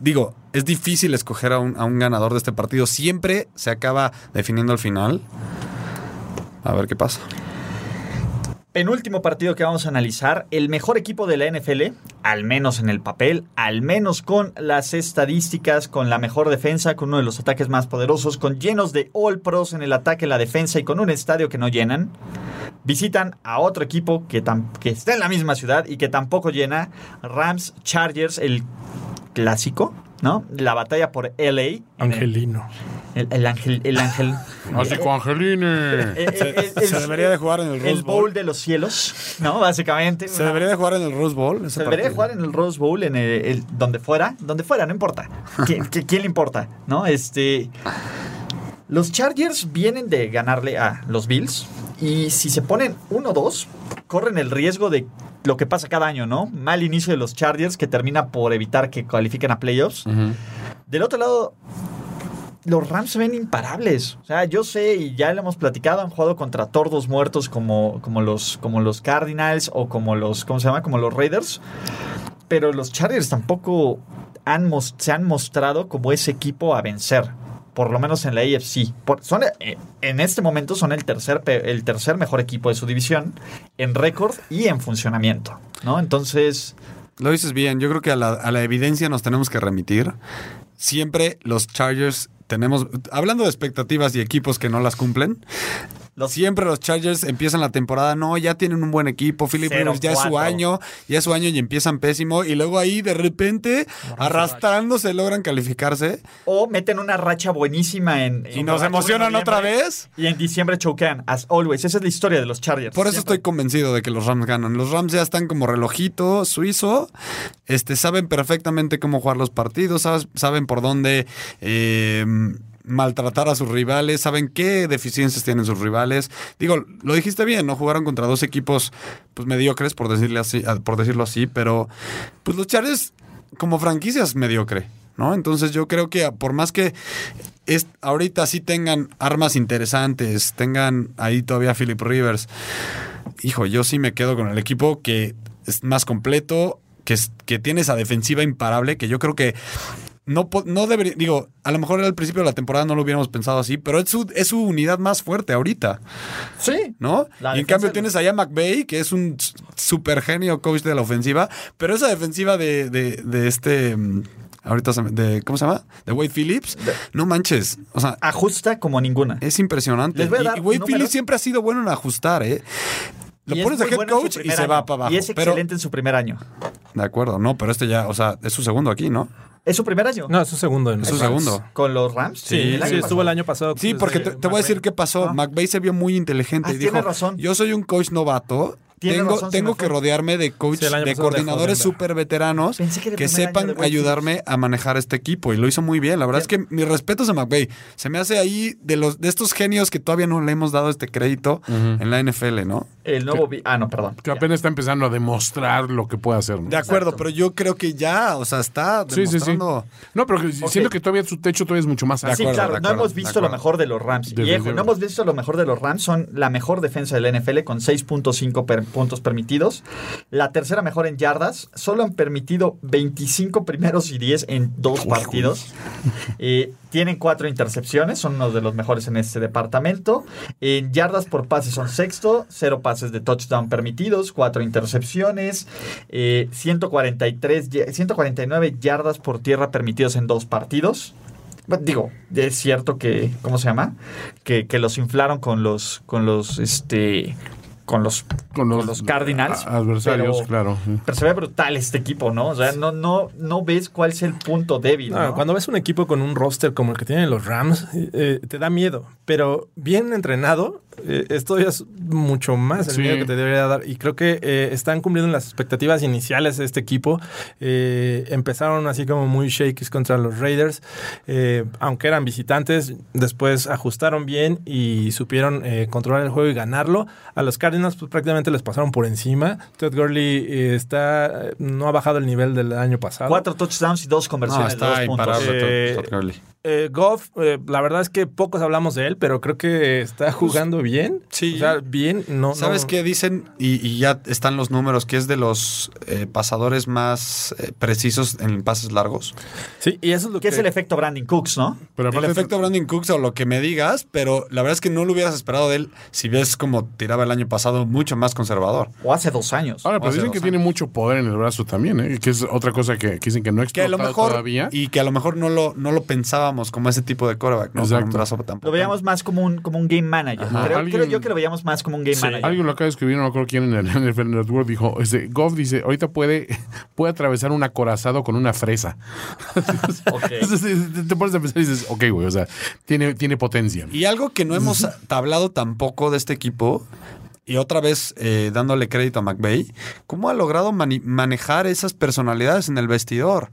digo, es difícil escoger a un, a un ganador de este partido. Siempre se acaba definiendo el final. A ver qué pasa.
penúltimo partido que vamos a analizar, el mejor equipo de la NFL, al menos en el papel, al menos con las estadísticas, con la mejor defensa, con uno de los ataques más poderosos, con llenos de all pros en el ataque, la defensa y con un estadio que no llenan, visitan a otro equipo que, tam- que está en la misma ciudad y que tampoco llena, Rams Chargers, el clásico, ¿no? La batalla por LA.
Angelino.
El, el ángel, el ángel.
Así
[LAUGHS]
con [LAUGHS] Angeline.
El- el- el-
se debería de jugar en el Rose
bowl.
Bowl.
de los cielos, ¿no? Básicamente.
Se
una-
debería de jugar en el Rose Bowl. ese
se debería
partido.
jugar en el Rose Bowl, en el, el- donde fuera, donde fuera, no importa. ¿Qui- qui- ¿Quién le importa? ¿No? Este. Los Chargers vienen de ganarle a los Bills. Y si se ponen 1-2, corren el riesgo de lo que pasa cada año, ¿no? Mal inicio de los Chargers que termina por evitar que califiquen a playoffs. Del otro lado, los Rams se ven imparables. O sea, yo sé, y ya lo hemos platicado, han jugado contra tordos muertos como, como, los, como los Cardinals o como los, ¿cómo se llama? Como los Raiders. Pero los Chargers tampoco han mos- se han mostrado como ese equipo a vencer. Por lo menos en la AFC. Por- son, eh, en este momento son el tercer, pe- el tercer mejor equipo de su división en récord y en funcionamiento. ¿no? Entonces,
Lo dices bien. Yo creo que a la, a la evidencia nos tenemos que remitir. Siempre los Chargers tenemos. Hablando de expectativas y equipos que no las cumplen,
los
siempre los Chargers empiezan la temporada. No, ya tienen un buen equipo. Philip
Cero,
Rivers ya es su
cuatro.
año. Ya es su año y empiezan pésimo. Y luego ahí de repente, arrastrándose, logran calificarse.
O meten una racha buenísima en.
Y
en
nos
octubre,
emocionan
noviembre,
otra vez.
Y en diciembre choquean, as always. Esa es la historia de los Chargers.
Por eso
Siempre.
estoy convencido de que los Rams ganan. Los Rams ya están como relojito suizo. Este, saben perfectamente cómo jugar los partidos, sabes- saben por dónde eh, maltratar a sus rivales, saben qué deficiencias tienen sus rivales. Digo, lo dijiste bien, no jugaron contra dos equipos pues mediocres, por, decirle así, ah, por decirlo así, pero pues los Chargers como franquicias mediocre. ¿No? Entonces yo creo que ah, por más que es, ahorita sí tengan armas interesantes, tengan ahí todavía a Philip Rivers, hijo, yo sí me quedo con el equipo que es más completo, que, es- que tiene esa defensiva imparable, que yo creo que no, po- no debería, digo, a lo mejor al principio de la temporada no lo hubiéramos pensado así, pero es su, es su unidad más fuerte ahorita,
Sí.
¿no?
La
y
defensa
en cambio
del-
tienes allá a McVay, que es un s- super genio coach de la ofensiva, pero esa defensiva de, de- de este... mm, Ahorita, se me- de, ¿cómo se llama? De Wade Phillips. No manches. O sea,
Ajusta como ninguna.
es impresionante.
Les voy a
Y-
dar
y Wade
números.
Phillips siempre ha sido bueno en ajustar, ¿eh? Lo
Y es
pones de
muy
head
bueno en su
coach y
primer
se
año.
va para abajo.
Y es
pero,
excelente en su primer año.
de acuerdo, no, pero este ya, o sea, es su segundo aquí, ¿no?
¿Es su primer año?
No, es su segundo. en
Es su
los Rams.
segundo.
¿Con los Rams?
Sí,
el año
sí, estuvo
pasado.
el año pasado.
Sí, porque te, te voy a decir qué pasó. McVay se vio muy inteligente
Ah,
y dijo,
tiene razón.
yo soy un coach novato
Tienes
tengo
razón, se
tengo
me
que
fue.
rodearme de coach,
Sí, el año
de
pasado dejó
coordinadores
de andar.
súper veteranos
Pensé que era el
que
primer año
sepan
de Wade
ayudarme a manejar este equipo. Y lo hizo muy bien. La verdad es que mis respetos a McVay. Se me hace ahí de los de estos genios que todavía no le hemos dado este crédito en la NFL, ¿no?
El nuevo... vi- Ah, no, perdón.
Que apenas está empezando a demostrar lo que puede hacer. ¿no?
De acuerdo, pero yo creo que ya, o sea, está
Sí, sí, sí.
demostrando...
No, pero que- siento que todavía su techo todavía es mucho más
sí,
alto.
acuerdo,
claro,
de
no
acuerdo,
hemos
de
visto lo
acuerdo.
mejor de los Rams. Y
Defensivo.
ejo, no hemos visto lo mejor de los Rams. Son la mejor defensa del NFL con 6.5 per- puntos permitidos. La tercera mejor en yardas. Solo han permitido 25 primeros y 10 en dos partidos. Eh, tienen cuatro intercepciones. Son uno de los mejores en este departamento. En yardas por pase son sexto. Cero pases de touchdown permitidos. Cuatro intercepciones. eh, 143, ya- 149 yardas por tierra permitidos en dos partidos. Bueno, Digo, es cierto que, ¿cómo se llama? Que, que los inflaron con los, con los, este, con los,
Con los
Cardinals.
a- adversarios,
pero-
claro.
Pero se ve brutal este equipo, ¿no? O sea, no, no, no ves cuál es el punto débil,
No,
¿no?
Cuando ves un equipo con un roster como el que tienen los Rams, eh, te da miedo. Pero bien entrenado, eh, esto ya es mucho más el
Sí.
miedo que te debería dar. Y creo que eh, están cumpliendo las expectativas iniciales de este equipo. Eh, empezaron así como muy shakes contra los Raiders. Eh, aunque eran visitantes, después ajustaron bien y supieron eh, controlar el juego y ganarlo. A los Cardinals pues, prácticamente les pasaron por encima. Todd Gurley eh, está, no ha bajado el nivel del año pasado.
Cuatro touchdowns y dos
No,
conversiones de dos
está
puntos.
imparable.
imparable.
Eh,
Todd- Todd Gurley.
Eh, Goff, eh, la verdad es que pocos hablamos de él, pero creo que está jugando bien.
Pues, sí.
O sea, bien, no.
¿Sabes
no-
qué dicen? Y, y ya están los números, que es de los eh, pasadores más eh, precisos en pases largos.
Sí, y eso es lo
Que
que.
es el efecto Brandon Cooks, ¿no?
Pero
El
aparte,
efecto Brandon Cooks o lo que me digas, pero la verdad es que no lo hubieras esperado de él si ves como tiraba el año pasado, mucho más conservador.
O hace dos años.
ahora, pero
hace
dicen
dos
que tiene mucho poder en el brazo también, ¿eh? que es otra cosa que, que dicen que no ha
Que a lo
explotado
mejor
todavía.
y que a lo mejor no lo, no lo pensábamos como ese tipo de coreback, ¿no? Con
Exacto.
un brazo tampoco.
Lo veíamos más como un, como un game manager.
Ajá.
Creo,
Alguien-
creo yo que lo veíamos más como un game manager.
Alguien lo acaba de escribir, no me acuerdo quién en el NFL Network, dijo, este, Goff dice, ahorita puede, [LAUGHS] puede atravesar un acorazado con una fresa.
Ok.
[LAUGHS] Entonces, te- te pones a pensar y dices, ok, güey, o sea, tiene, tiene potencia.
Y algo que no hemos tablado tampoco de este equipo, y otra vez eh, dándole crédito a McVeigh, cómo ha logrado mani- manejar esas personalidades en el vestidor.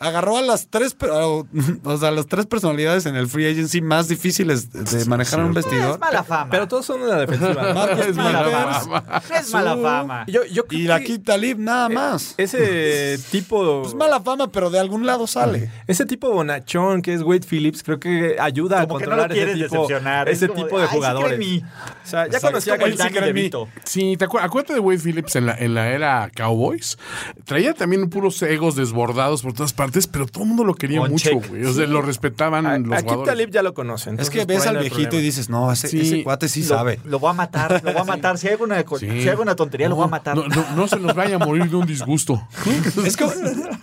Agarró a las tres, per- o, o sea, las tres personalidades en el free agency más difíciles de manejar en un vestidor.
Es mala fama.
Pero todos son de la
[LAUGHS]
defensiva.
Marcus
Es mala
Peters
fama.
es mala
Su-
fama.
yo, yo creo
y
que eh,
aquí Talib nada más. [LAUGHS]
Ese tipo.
Pues Es mala fama, pero de algún lado sale.
Ese tipo bonachón que es Wade Phillips, creo que ayuda a
como que no lo
controlar ese
quieres
tipo,
decepcionar.
ese
Es como
tipo de
"Ay, sí cree en
jugadores.
mí".
o sea,
Pues,
ya conocía
como
a
el
Danny
Danny
DeVito.
DeVito.
Sí, ¿te acuer- acuérdate de Wade Phillips en la, en la era Cowboys. Traía también puros egos desbordados por todas partes, pero todo el mundo lo quería
Con
mucho,
check.
güey. O sea, lo respetaban
A-
los
Aquí
jugadores.
Talib ya lo
Es
conoce. entonces
que
por
ves
ahí
al
no hay
viejito y
problema.
dices, no, ese,
Sí.
ese cuate sí
Lo- [LAUGHS]
sabe.
Lo voy a matar, lo voy a matar. Si hago una, co-
Sí.
si hago una tontería, lo voy a matar.
No, no- no se nos vaya a morir de un disgusto.
Es como,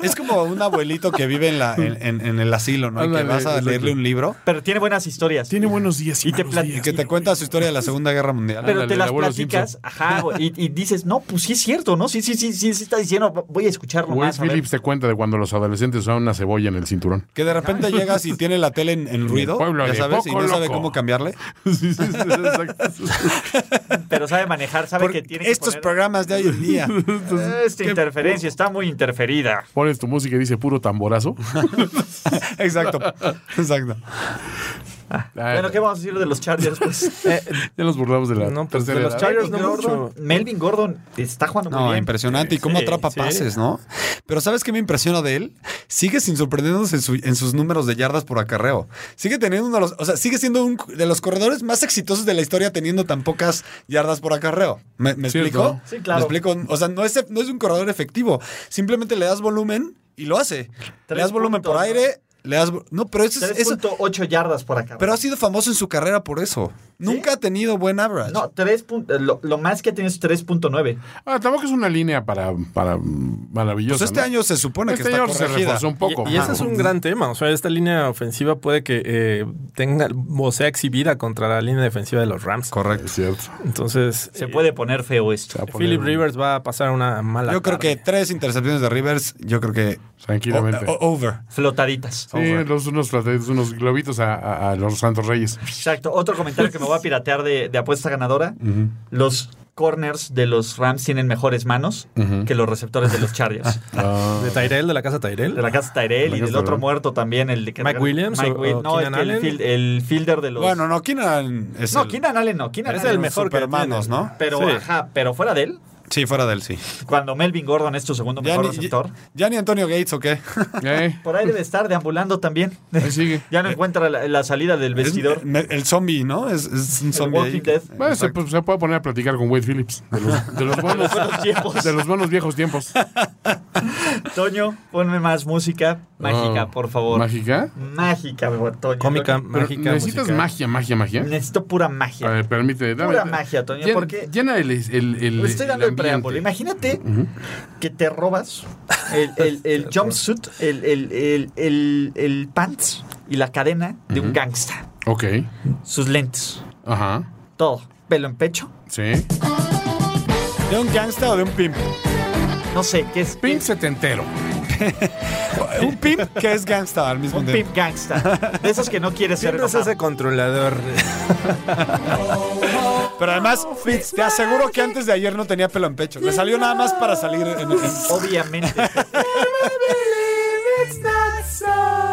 es como un abuelito que vive en, la, en, en- en el asilo, ¿no? Y que
Ándale,
vas a
exacto.
leerle un libro
Pero tiene buenas historias.
Tiene buenos días y,
Y te
malos
plat-
días.
y que te cuenta su historia de la Segunda Guerra Mundial.
pero
Ándale,
te
el
las
abuelo
platicas,
Simpson.
ajá, güey, y, y dices, no, pues sí es cierto, ¿no? Sí, sí, sí, sí, sí está diciendo, voy a escucharlo
Wade
más. a ver".
Phillips te cuenta de cuando los adolescentes usaban una cebolla en el cinturón.
Que de repente llegas y tiene la tele en, en ruido,
pueblo
ya
de
sabes, y
Poco
no sabe
Loco.
cómo cambiarle.
[LAUGHS] Sí, sí, sí, exacto.
Pero sabe manejar, sabe que
Porque
tiene que
estos
poner-
programas de hoy
[LAUGHS]
en día. [LAUGHS]
Esta interferencia está muy interferida.
[LAUGHS] Pones tu música y dice puro [LAUGHS] tamborazo.
Exacto, exacto.
Bueno, ¿qué vamos a decir de los Chargers? Pues?
Ah, Ya nos burlamos de la
No, pues,
tercera
de los
edad.
Chargers no
Gordon-
mucho.
Melvin Gordon está jugando muy
No,
bien.
impresionante. Y cómo
Sí,
atrapa
sí.
pases, ¿no? Pero ¿sabes qué me impresiona de él? Sigue sin sorprendernos en, su- en sus números de yardas por acarreo. Sigue teniendo uno de los... O sea, sigue siendo un de los corredores más exitosos de la historia teniendo tan pocas yardas por acarreo. ¿Me, me
Cierto.
explico?
Sí, claro.
¿Me explico? O sea, no es, no es un corredor efectivo. Simplemente le das volumen y lo hace.
Tres
le das volumen
puntos,
por
¿no?
aire, le das... vo- No, pero eso es... Eso,
3.8 yardas por acá.
pero ha sido famoso en su carrera por eso. Nunca ha tenido buen average.
no, 3. pun- Lo, lo más que tiene es 3.9.
Ah, tampoco es una línea para, para mm, maravillosa.
Pues este
¿no?
año se supone que
Este
está
año se
corregida.
reforzó un poco.
Y, y ese
Ajá.
es un gran tema. O sea, esta línea ofensiva puede que eh, tenga o sea exhibida contra la línea defensiva de los Rams.
Correcto.
Es cierto.
Entonces,
Se
eh,
puede poner feo
Se
esto.
va a poner
Philip
un-
Rivers va a pasar una mala.
Yo creo que
tarde.
tres intercepciones de Rivers, yo creo que
Tranquilamente.
o- o- over.
Flotaditas.
Sí, los, unos, plataditos, unos globitos a, a- a los Santos Reyes.
Exacto. Otro comentario que me voy a piratear de, de apuesta ganadora. Los corners de los Rams tienen mejores manos que los receptores de los Chargers.
De Tyrell, de la casa Tyrell.
de la casa Tyrell y del otro muerto también, el de que-
¿Mike Williams
Mike
o-
Wi-
o
no,
Keenan
es que el,
Allen?
field- el fielder de los.
Bueno, no, Keenan es
no,
el-
Keenan Allen no. Keenan
Es
Allen
el mejor que
supermanos,
tienen.
¿no?
Pero,
Sí.
ajá, pero fuera de él,
Sí, fuera del sí.
cuando Melvin Gordon es tu segundo
Ya
mejor
ni-
receptor,
ya- ya ni Antonio Gates o qué.
Eh,
por ahí debe estar deambulando también.
ahí sigue.
[LAUGHS] ya no encuentra la, la salida del [LAUGHS] vestidor. [LAUGHS]
Es- me- el zombie, ¿no? Es, es un
El
zombie. ahí.
Walking Dead.
Bueno, se, pues, se puede poner a platicar con Wade Phillips de los, de los buenos,
buenos tiempos.
de los buenos viejos tiempos.
Toño, ponme más música mágica,
Oh,
por favor.
¿Mágica?
Mágica, mi buen Toño.
Cómica,
Pero
mágica.
necesitas
musical.
magia, magia, magia.
Necesito pura magia.
A ver, permíteme. dame-
Pura magia, Toño,
Llena,
porque-
llena el, el, el-
Le Pues estoy dando el,
ambiente.
preámbulo. Imagínate que te robas el, el- el jumpsuit, el, el- el- el- el pants y la cadena de un gangsta.
Ok.
Sus lentes,
Ajá.
todo. Pelo en pecho.
Sí.
¿De un gangsta o de un pimp?
No sé, ¿qué es?
Pink setentero.
Un pimp que es gangsta al mismo
Un
tiempo.
pimp gangsta. De esos que no quieres ser.
Siempre es
notado.
ese controlador.
Pero además, Fitz, te aseguro que antes de ayer no tenía pelo en pecho. Le salió nada más para salir. en- en-
Obviamente.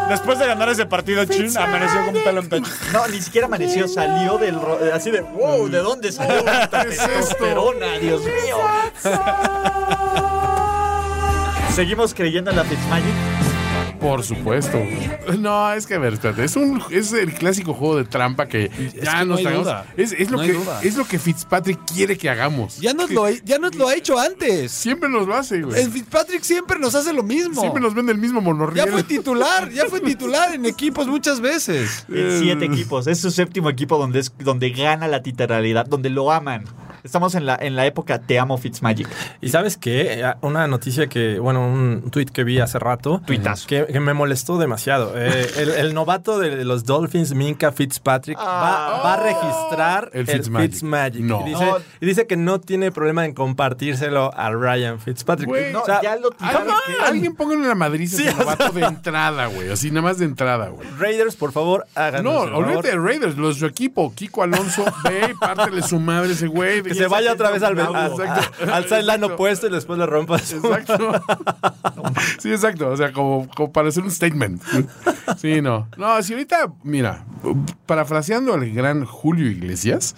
Después de ganar ese partido, chin, amaneció con pelo en pecho.
No, ni siquiera amaneció. Salió del. ro- Así de, wow, ¿de dónde salió esta testosterona? Dios mío. Seguimos creyendo en la Fitzmagic.
Por supuesto. No, es que a ver, espérate, es un es el clásico juego de trampa que
que
ya
no
nos
hay
hagamos-
duda.
Es, es lo
No hay
que
duda.
es lo que Fitzpatrick quiere que hagamos.
Ya nos, lo, ya nos lo ha hecho antes.
Siempre nos lo hace, güey.
El Fitzpatrick siempre nos hace lo mismo.
Siempre nos vende el mismo
Ya
monorriel.
fue titular, ya fue titular en equipos muchas veces.
Eh.
En siete equipos. Es su séptimo equipo donde, es, donde gana la titularidad, donde lo aman. Estamos en la, en la época Te amo Fitzmagic.
Y sabes qué? Eh, Una noticia que, bueno, un tweet que vi hace rato.
Tuitazo.
Que, que me molestó demasiado. Eh, el, el novato de los Dolphins, Minka Fitzpatrick,
Ah.
va, va a registrar
El
el,
Fitzmagic.
Fitzmagic.
No.
Y, dice,
No.
y dice que no tiene problema en compartírselo a Ryan Fitzpatrick.
Güey,
No,
O sea,
ya lo
Alguien,
tiraron. que-
alguien ponga en la Madrid
Sí,
ese
o
novato de entrada, güey. Así nada más de entrada, güey.
Raiders, por favor, háganos.
No,
el favor.
olvídate de Raiders, los de su equipo,
[LAUGHS]
Kiko Alonso, ve y pártele su madre a ese güey.
Que se vaya otra vez al, al,
Exacto.
al sideline
Exacto.
opuesto y después le rompa su-
Exacto.
[LAUGHS]
sí, exacto. O sea, como, como para hacer un statement. Sí, no. No, si ahorita, mira, parafraseando al gran Julio Iglesias,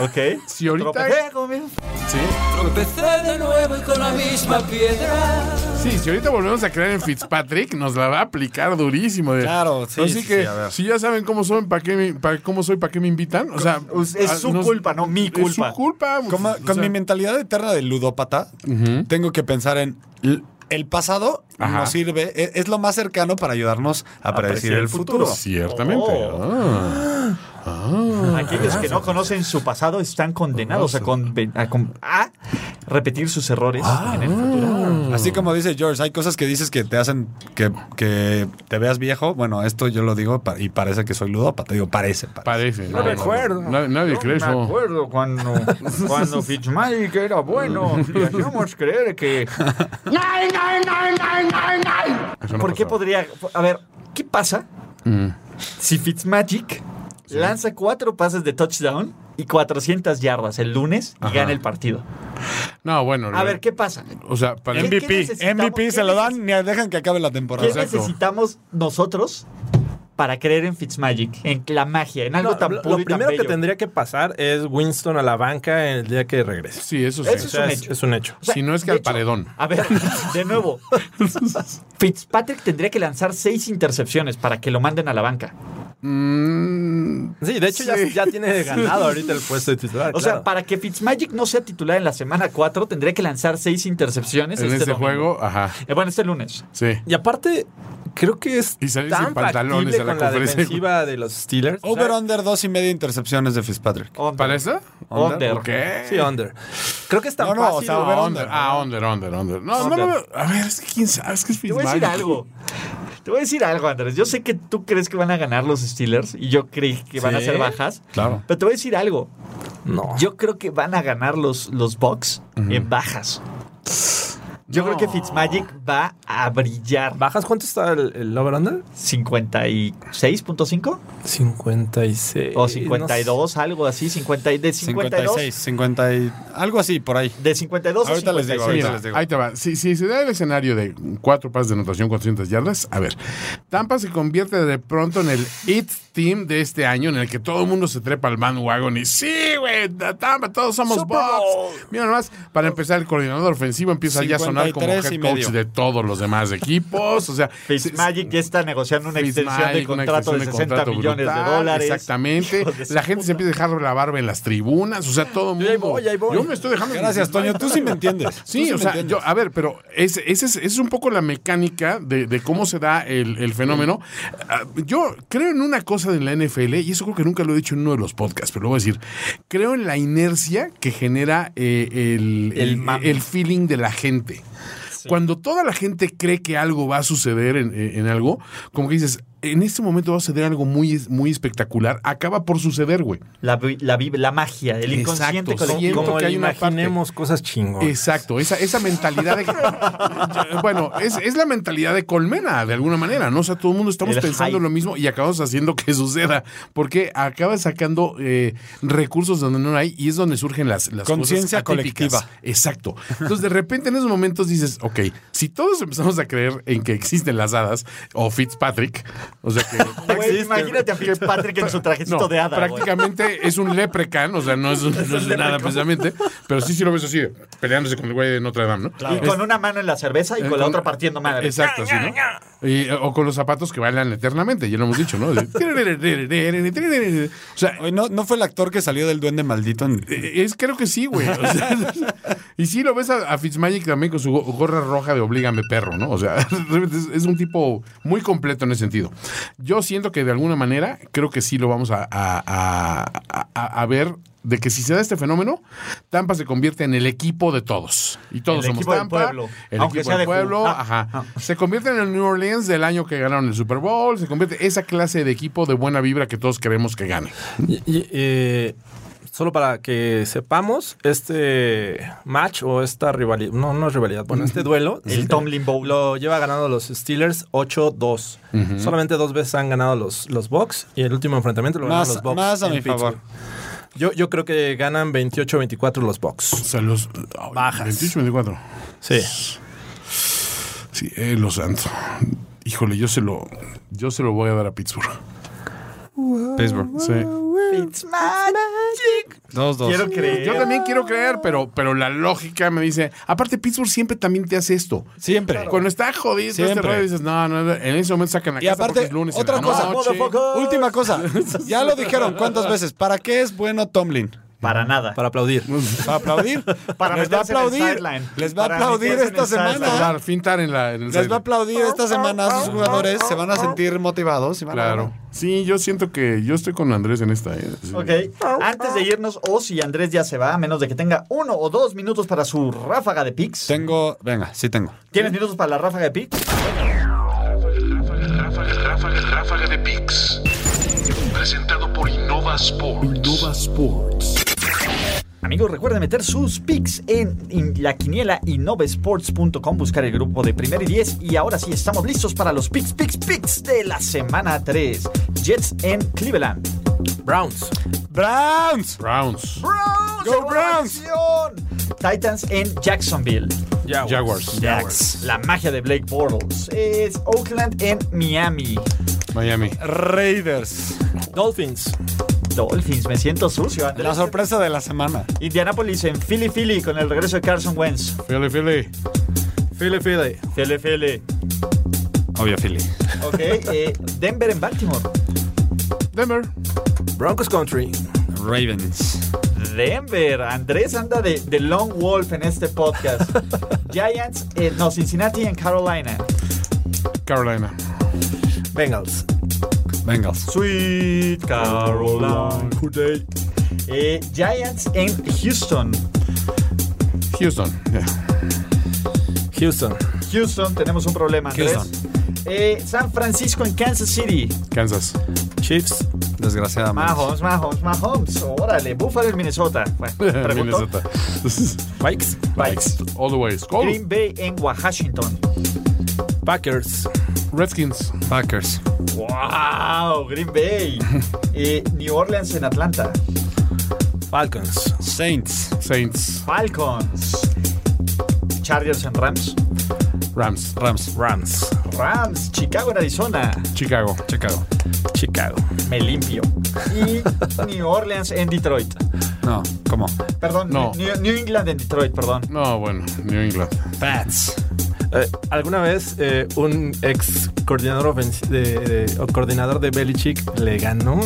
Ok.
si ahorita.
Tropecé conmigo.
Sí,
Empecé de nuevo y con la misma piedra.
sí, si ahorita volvemos a creer en Fitzpatrick, nos la va a aplicar durísimo. de-
Claro, sí,
Así
sí,
que,
sí, a ver.
si ya saben cómo son, para qué, me- para cómo soy, para qué me invitan. O sea,
Es
a-
su
Ah, nos-
culpa, no mi
Es su
culpa.
culpa. pues.
Con,
o
con
sea,
mi mentalidad eterna de ludópata, tengo que pensar en l- el pasado
Ajá.
nos sirve, e- es, lo más cercano para ayudarnos a predecir el futuro.
Ciertamente.
Oh.
Ah.
Aquellos que no conocen su pasado están condenados a, conven- a con- a repetir sus errores
Ah,
en el futuro.
Así como dice George, hay cosas que dices que te hacen que, que te veas viejo. Bueno, esto yo lo digo pa- y parece que soy ludópata. Digo, parece. parece.
Parece. No,
recuerdo.
na- nadie cree eso.
acuerdo cuando,
[LAUGHS]
cuando Fitzmagic era bueno. Hacíamos creer que
Eso no Mm.
¿Por qué
pasaba.
podría.? A ver, ¿qué pasa si Fitzmagic lanza cuatro pases de touchdown y 400 yardas el lunes y gana el partido?
No, bueno.
A
lo-
ver, ¿qué pasa?
O sea, para
MVP. ¿Qué necesitamos?
MVP se
¿Qué
lo dan
neces-
ni dejan que acabe la
¿Qué
temporada.
Exacto.
necesitamos nosotros para creer en Fitzmagic, en la magia, en algo
No,
tan
lo,
puro
lo
y tan
primero que
bello?
tendría que pasar es Winston a la banca el día que regrese.
Sí, eso sí.
Eso
O
es
sea,
un
es,
hecho.
es un hecho.
O sea,
si no es que
de
al
hecho,
paredón.
A ver, de
[LAUGHS]
nuevo. Fitzpatrick tendría que lanzar seis intercepciones para que lo manden a la banca.
Mm,
Sí, de hecho ya-
[LAUGHS] Sí.
Ya, tiene ganado ahorita el puesto de titular.
O sea, para que Fitzmagic no sea titular en la semana 4, tendría que lanzar seis intercepciones
en
este
este
domingo.
juego, ajá.
Eh, bueno, este lunes.
Sí.
Y aparte, creo que es
Y salir
tan
sin pantalones
factible
a la
con la
conferencia.
defensiva de los Steelers. O sea,
Over under dos y media intercepciones de Fitzpatrick.
Under.
¿Para eso?
Under.
¿Qué?
Sí, under. Creo que es tan
No, no, o
fácil.
sea, over
Ah,
under.
under. Ah, under, under, under. No,
Under.
no, no, no. A ver, es que quién sabe, es que es
Te voy a decir
Fitzmagic.
algo. Te voy a decir algo, Andrés. Yo sé que tú crees que van a ganar los Steelers y yo creí que van a
Sí,
ser bajas.
claro.
Pero te voy a decir algo.
No.
Yo creo que van a ganar los, los Bucks en bajas. Yo creo
No.
que Fitzmagic va a brillar.
¿Bajas cuánto está el, el over-under?
56.5
56.
o 52, algo así, 50, y- de 52
56, 50 y- algo así por ahí.
de 52
Ahorita
a
les digo,
56.
ahorita
Mira,
les digo.
ahí te va. Si, si se da el escenario de cuatro pases de anotación, 400 yardas, a ver, Tampa se convierte de pronto en el IT Team de este año, en el que todo el mundo se trepa al bandwagon y sí, güey, da- Tampa, todos somos
Super Bowl.
Bucks. Mira nomás, para empezar, el coordinador ofensivo empieza ya a sonar como
53
head
y
coach
medio.
de todos los demás equipos.
[LAUGHS]
O sea,
Fitzmagic ya está negociando una extensión de
Fitzmagic, una
contrato de
extensión
60
contrato
millones de
brutal,
dólares.
Exactamente.
Hijo de su
La gente se
puta.
empieza a dejar la barba en las tribunas. O sea, todo el mundo.
ahí voy, ahí voy.
Yo me estoy dejando.
Gracias, Toño. Tú sí me entiendes. Tú
Sí,
me
o sea,
entiendes.
yo, a ver, pero ese- ese es- esa es, un poco la mecánica de, de cómo se da el, el fenómeno. Ah, Yo creo en una cosa de la NFL, y eso creo que nunca lo he dicho en uno de los podcasts, pero lo voy a decir. Creo en la inercia que genera eh, el,
El
el,
mame.
el feeling de la gente. Cuando toda la gente cree que algo va a suceder en, eh, en- en algo, como que dices, en este momento va a suceder algo muy, muy espectacular, acaba por suceder, güey.
La, vi- la, vi- la magia, el
Exacto,
inconsciente colectivo.
siento
Como
que hay una parte.
imaginemos cosas chingonas.
Exacto, esa, esa mentalidad de. Ya, [LAUGHS] bueno, es, es la mentalidad de colmena, de alguna manera, ¿no? O sea, todo el mundo estamos
El
pensando
hype.
lo mismo y acabamos haciendo que suceda, porque acabas sacando eh, recursos donde no hay y es donde surgen las, las
Conciencia
cosas atípicas.
colectiva.
Exacto. Entonces, de repente en esos momentos dices, ok, si todos empezamos a creer en que existen las hadas o Fitzpatrick, o sea que.
Güey, imagínate a Fitzpatrick en su trajecito
No,
de hada. güey.
prácticamente es un leprecan, o sea, no es, un- no es nada precisamente, pero sí, sí lo ves así, peleándose con el güey de Notre Dame, ¿no?
Y con una mano en la cerveza y con la otra partiendo madre.
Exacto, sí, ¿no? Y, o con los zapatos que bailan eternamente, ya lo hemos dicho, ¿no? De- O sea,
Oye, eh, ¿no, ¿No fue el actor que salió del Duende Maldito? en-
e-, es, creo que sí, güey. O sea, [LAUGHS] y sí, lo ves a, a Fitzmagic también con su go- gorra roja de Oblígame Perro, ¿no? O sea, [LAUGHS] realmente es, es un tipo muy completo en ese sentido. Yo siento que de alguna manera creo que sí lo vamos a, a- a- a- a- a ver. De que si se da este fenómeno, Tampa se convierte en el equipo de todos. Y todos
El
somos
equipo del
Tampa.
pueblo,
El
aunque
equipo
sea
del
de ju-
pueblo.
Ah,
ajá. Se convierte en el New Orleans del año que ganaron el Super Bowl. Se convierte esa clase de equipo de buena vibra que todos queremos que gane.
Y- y, eh, solo para que sepamos, este match o esta rivalidad, no, no es rivalidad, bueno, este duelo,
El Tomlin Bowl.
Lo lleva ganando los Steelers 8-2. Solamente dos veces han ganado los, los Bucks y el último enfrentamiento lo ganaron
Más-
los Bucks.
más a
en
mi favor.
Yo, yo creo que ganan 28-24 los Bucks.
sea, los
Bajas.
28, 24.
Sí.
Sí, eh, lo santo. Híjole, yo se lo, yo se lo voy a dar a Pittsburgh.
Pittsburgh.
Sí.
Dos, dos.
Quiero creer.
Yo también quiero creer, pero, pero la lógica me dice. Aparte, Pittsburgh siempre también te hace esto.
Siempre.
Cuando está jodido este
Siempre.
rollo, dices, no, no, no, en ese momento sacan la
Y
casa porque
aparte,
es lunes en
otra
la
cosa.
noche.
[LAUGHS]
Última cosa. Ya lo dijeron cuántas veces. ¿Para qué es bueno Tomlin?
Para nada.
Para aplaudir.
¿Para aplaudir?
Para
les va a
meterse en el
aplaudir.
sideline.
Les va a
Para
aplaudir
meterse en
esta
el sideline.
semana.
Dar, fintar en la. en
Les va
el
a
sideline.
aplaudir esta semana a sus jugadores. Se van a sentir motivados. y van a
Claro.
ganar.
Sí, yo siento que yo estoy con Andrés en esta. ¿eh? Sí.
Ok, antes de irnos, o si Andrés ya se va, a menos de que tenga uno o dos minutos para su ráfaga de picks.
Tengo. Venga, sí tengo.
¿Tienes minutos para la ráfaga de picks?
Ráfaga, ráfaga, ráfaga, ráfaga de Pix. Presentado por Innova Sports. Innova Sports.
Amigos, recuerden meter sus picks en, en la quiniela innovesports.com, buscar el grupo de primer y 10. Y ahora sí, estamos listos para los picks, picks, picks de la semana 3. Jets en Cleveland.
Browns.
¡Browns!
Browns.
¡Browns!
¡Go Browns!
¡Acción! Titans en Jacksonville.
Jaguars.
Jax, la magia de Blake Bortles. Es Oakland en Miami.
Miami.
Raiders.
Dolphins.
Dolphins, me siento sucio. Andrés.
La sorpresa de la semana.
Indianapolis en Philly Philly con el regreso de Carson Wentz.
Philly, Philly.
Philly Philly.
Philly Philly.
Obvio, Philly.
Ok, eh, Denver en Baltimore.
Denver.
Broncos Country.
Ravens.
Denver. Andrés anda de, de Long Wolf en este podcast. Giants, eh, no, Cincinnati en Carolina.
Carolina.
Bengals.
Bengals.
Sweet Carolina. Eh, Giants en Houston.
Houston. Yeah.
Houston.
Houston, tenemos un problema, Andrés.
Houston.
Eh, San Francisco en Kansas City.
Kansas. [LAUGHS]
Chiefs.
desgraciadamente.
Mahomes, Mahomes, Mahomes. Órale, Buffalo en Minnesota.
[LAUGHS]
Bueno, pregunto.
Minnesota.
Vikes,
Bikes. All the way. Skull.
Green Bay en Washington.
Packers,
Redskins.
Packers.
¡Wow! Green
[LAUGHS]
Bay. Eh, New Orleans en Atlanta.
Falcons,
Saints.
Saints.
Falcons. Chargers en Rams.
Rams.
Rams.
Rams,
Rams. Chicago en Arizona.
Chicago.
Chicago.
Chicago,
Me limpio.
[LAUGHS]
Y New Orleans en Detroit.
No, ¿cómo?
Perdón,
No.
New, New England en Detroit, perdón.
No, bueno. New England.
Pats.
Eh, ¿Alguna vez eh, un ex coordinador, ofens- de, de- o coordinador de Belichick le ganó?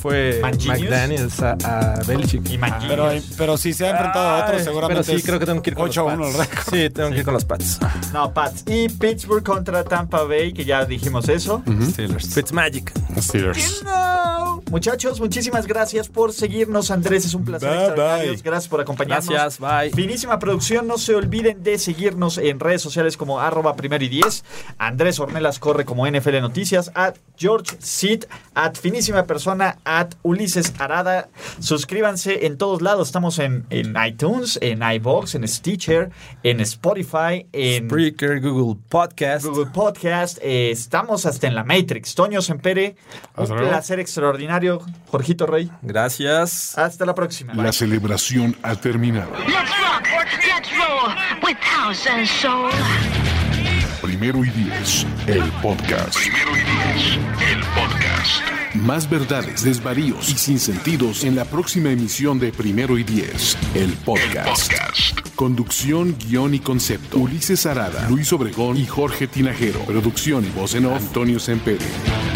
Fue
Manginius.
McDaniels a, a Belichick.
Y Manginius.
Pero, pero si se ha enfrentado a
Ay,
otros, seguramente.
Ah, Pero sí, creo que tengo que ir con los
8-1 el
Pats.
récord.
Sí, tengo que ir con los Pats.
No, Pats. Y Pittsburgh contra Tampa Bay, que ya dijimos eso.
Steelers.
Fitzmagic.
Steelers.
Muchachos, muchísimas gracias por seguirnos. Andrés, es un placer.
Bye,
extraordinario.
bye.
Gracias por acompañarnos.
Gracias, bye.
Finísima producción. No se olviden de seguirnos en redes sociales como arroba primero y diez. Andrés Ornelas corre como NFL Noticias. At George Seed. At Finísima Persona. At Ulises Arada. Suscríbanse en todos lados. Estamos en, en iTunes, en iBox, en Stitcher, en Spotify, en
Spreaker, Google Podcast.
Google Podcast. eh, estamos hasta en la Matrix. Toño Sempere, un
Hasta luego.
placer extraordinario. Jorgito Rey,
Gracias.
hasta la próxima.
La celebración ha terminado.
Let's rock, let's roll with house and soul.
Primero y diez, el podcast. Primero y diez, el podcast. Más verdades, desvaríos y sinsentidos en la próxima emisión de Primero y diez, el podcast. Conducción, guión y concepto. Ulises Arada, Luis Obregón y Jorge Tinajero. Producción y voz en off, Antonio Sempere.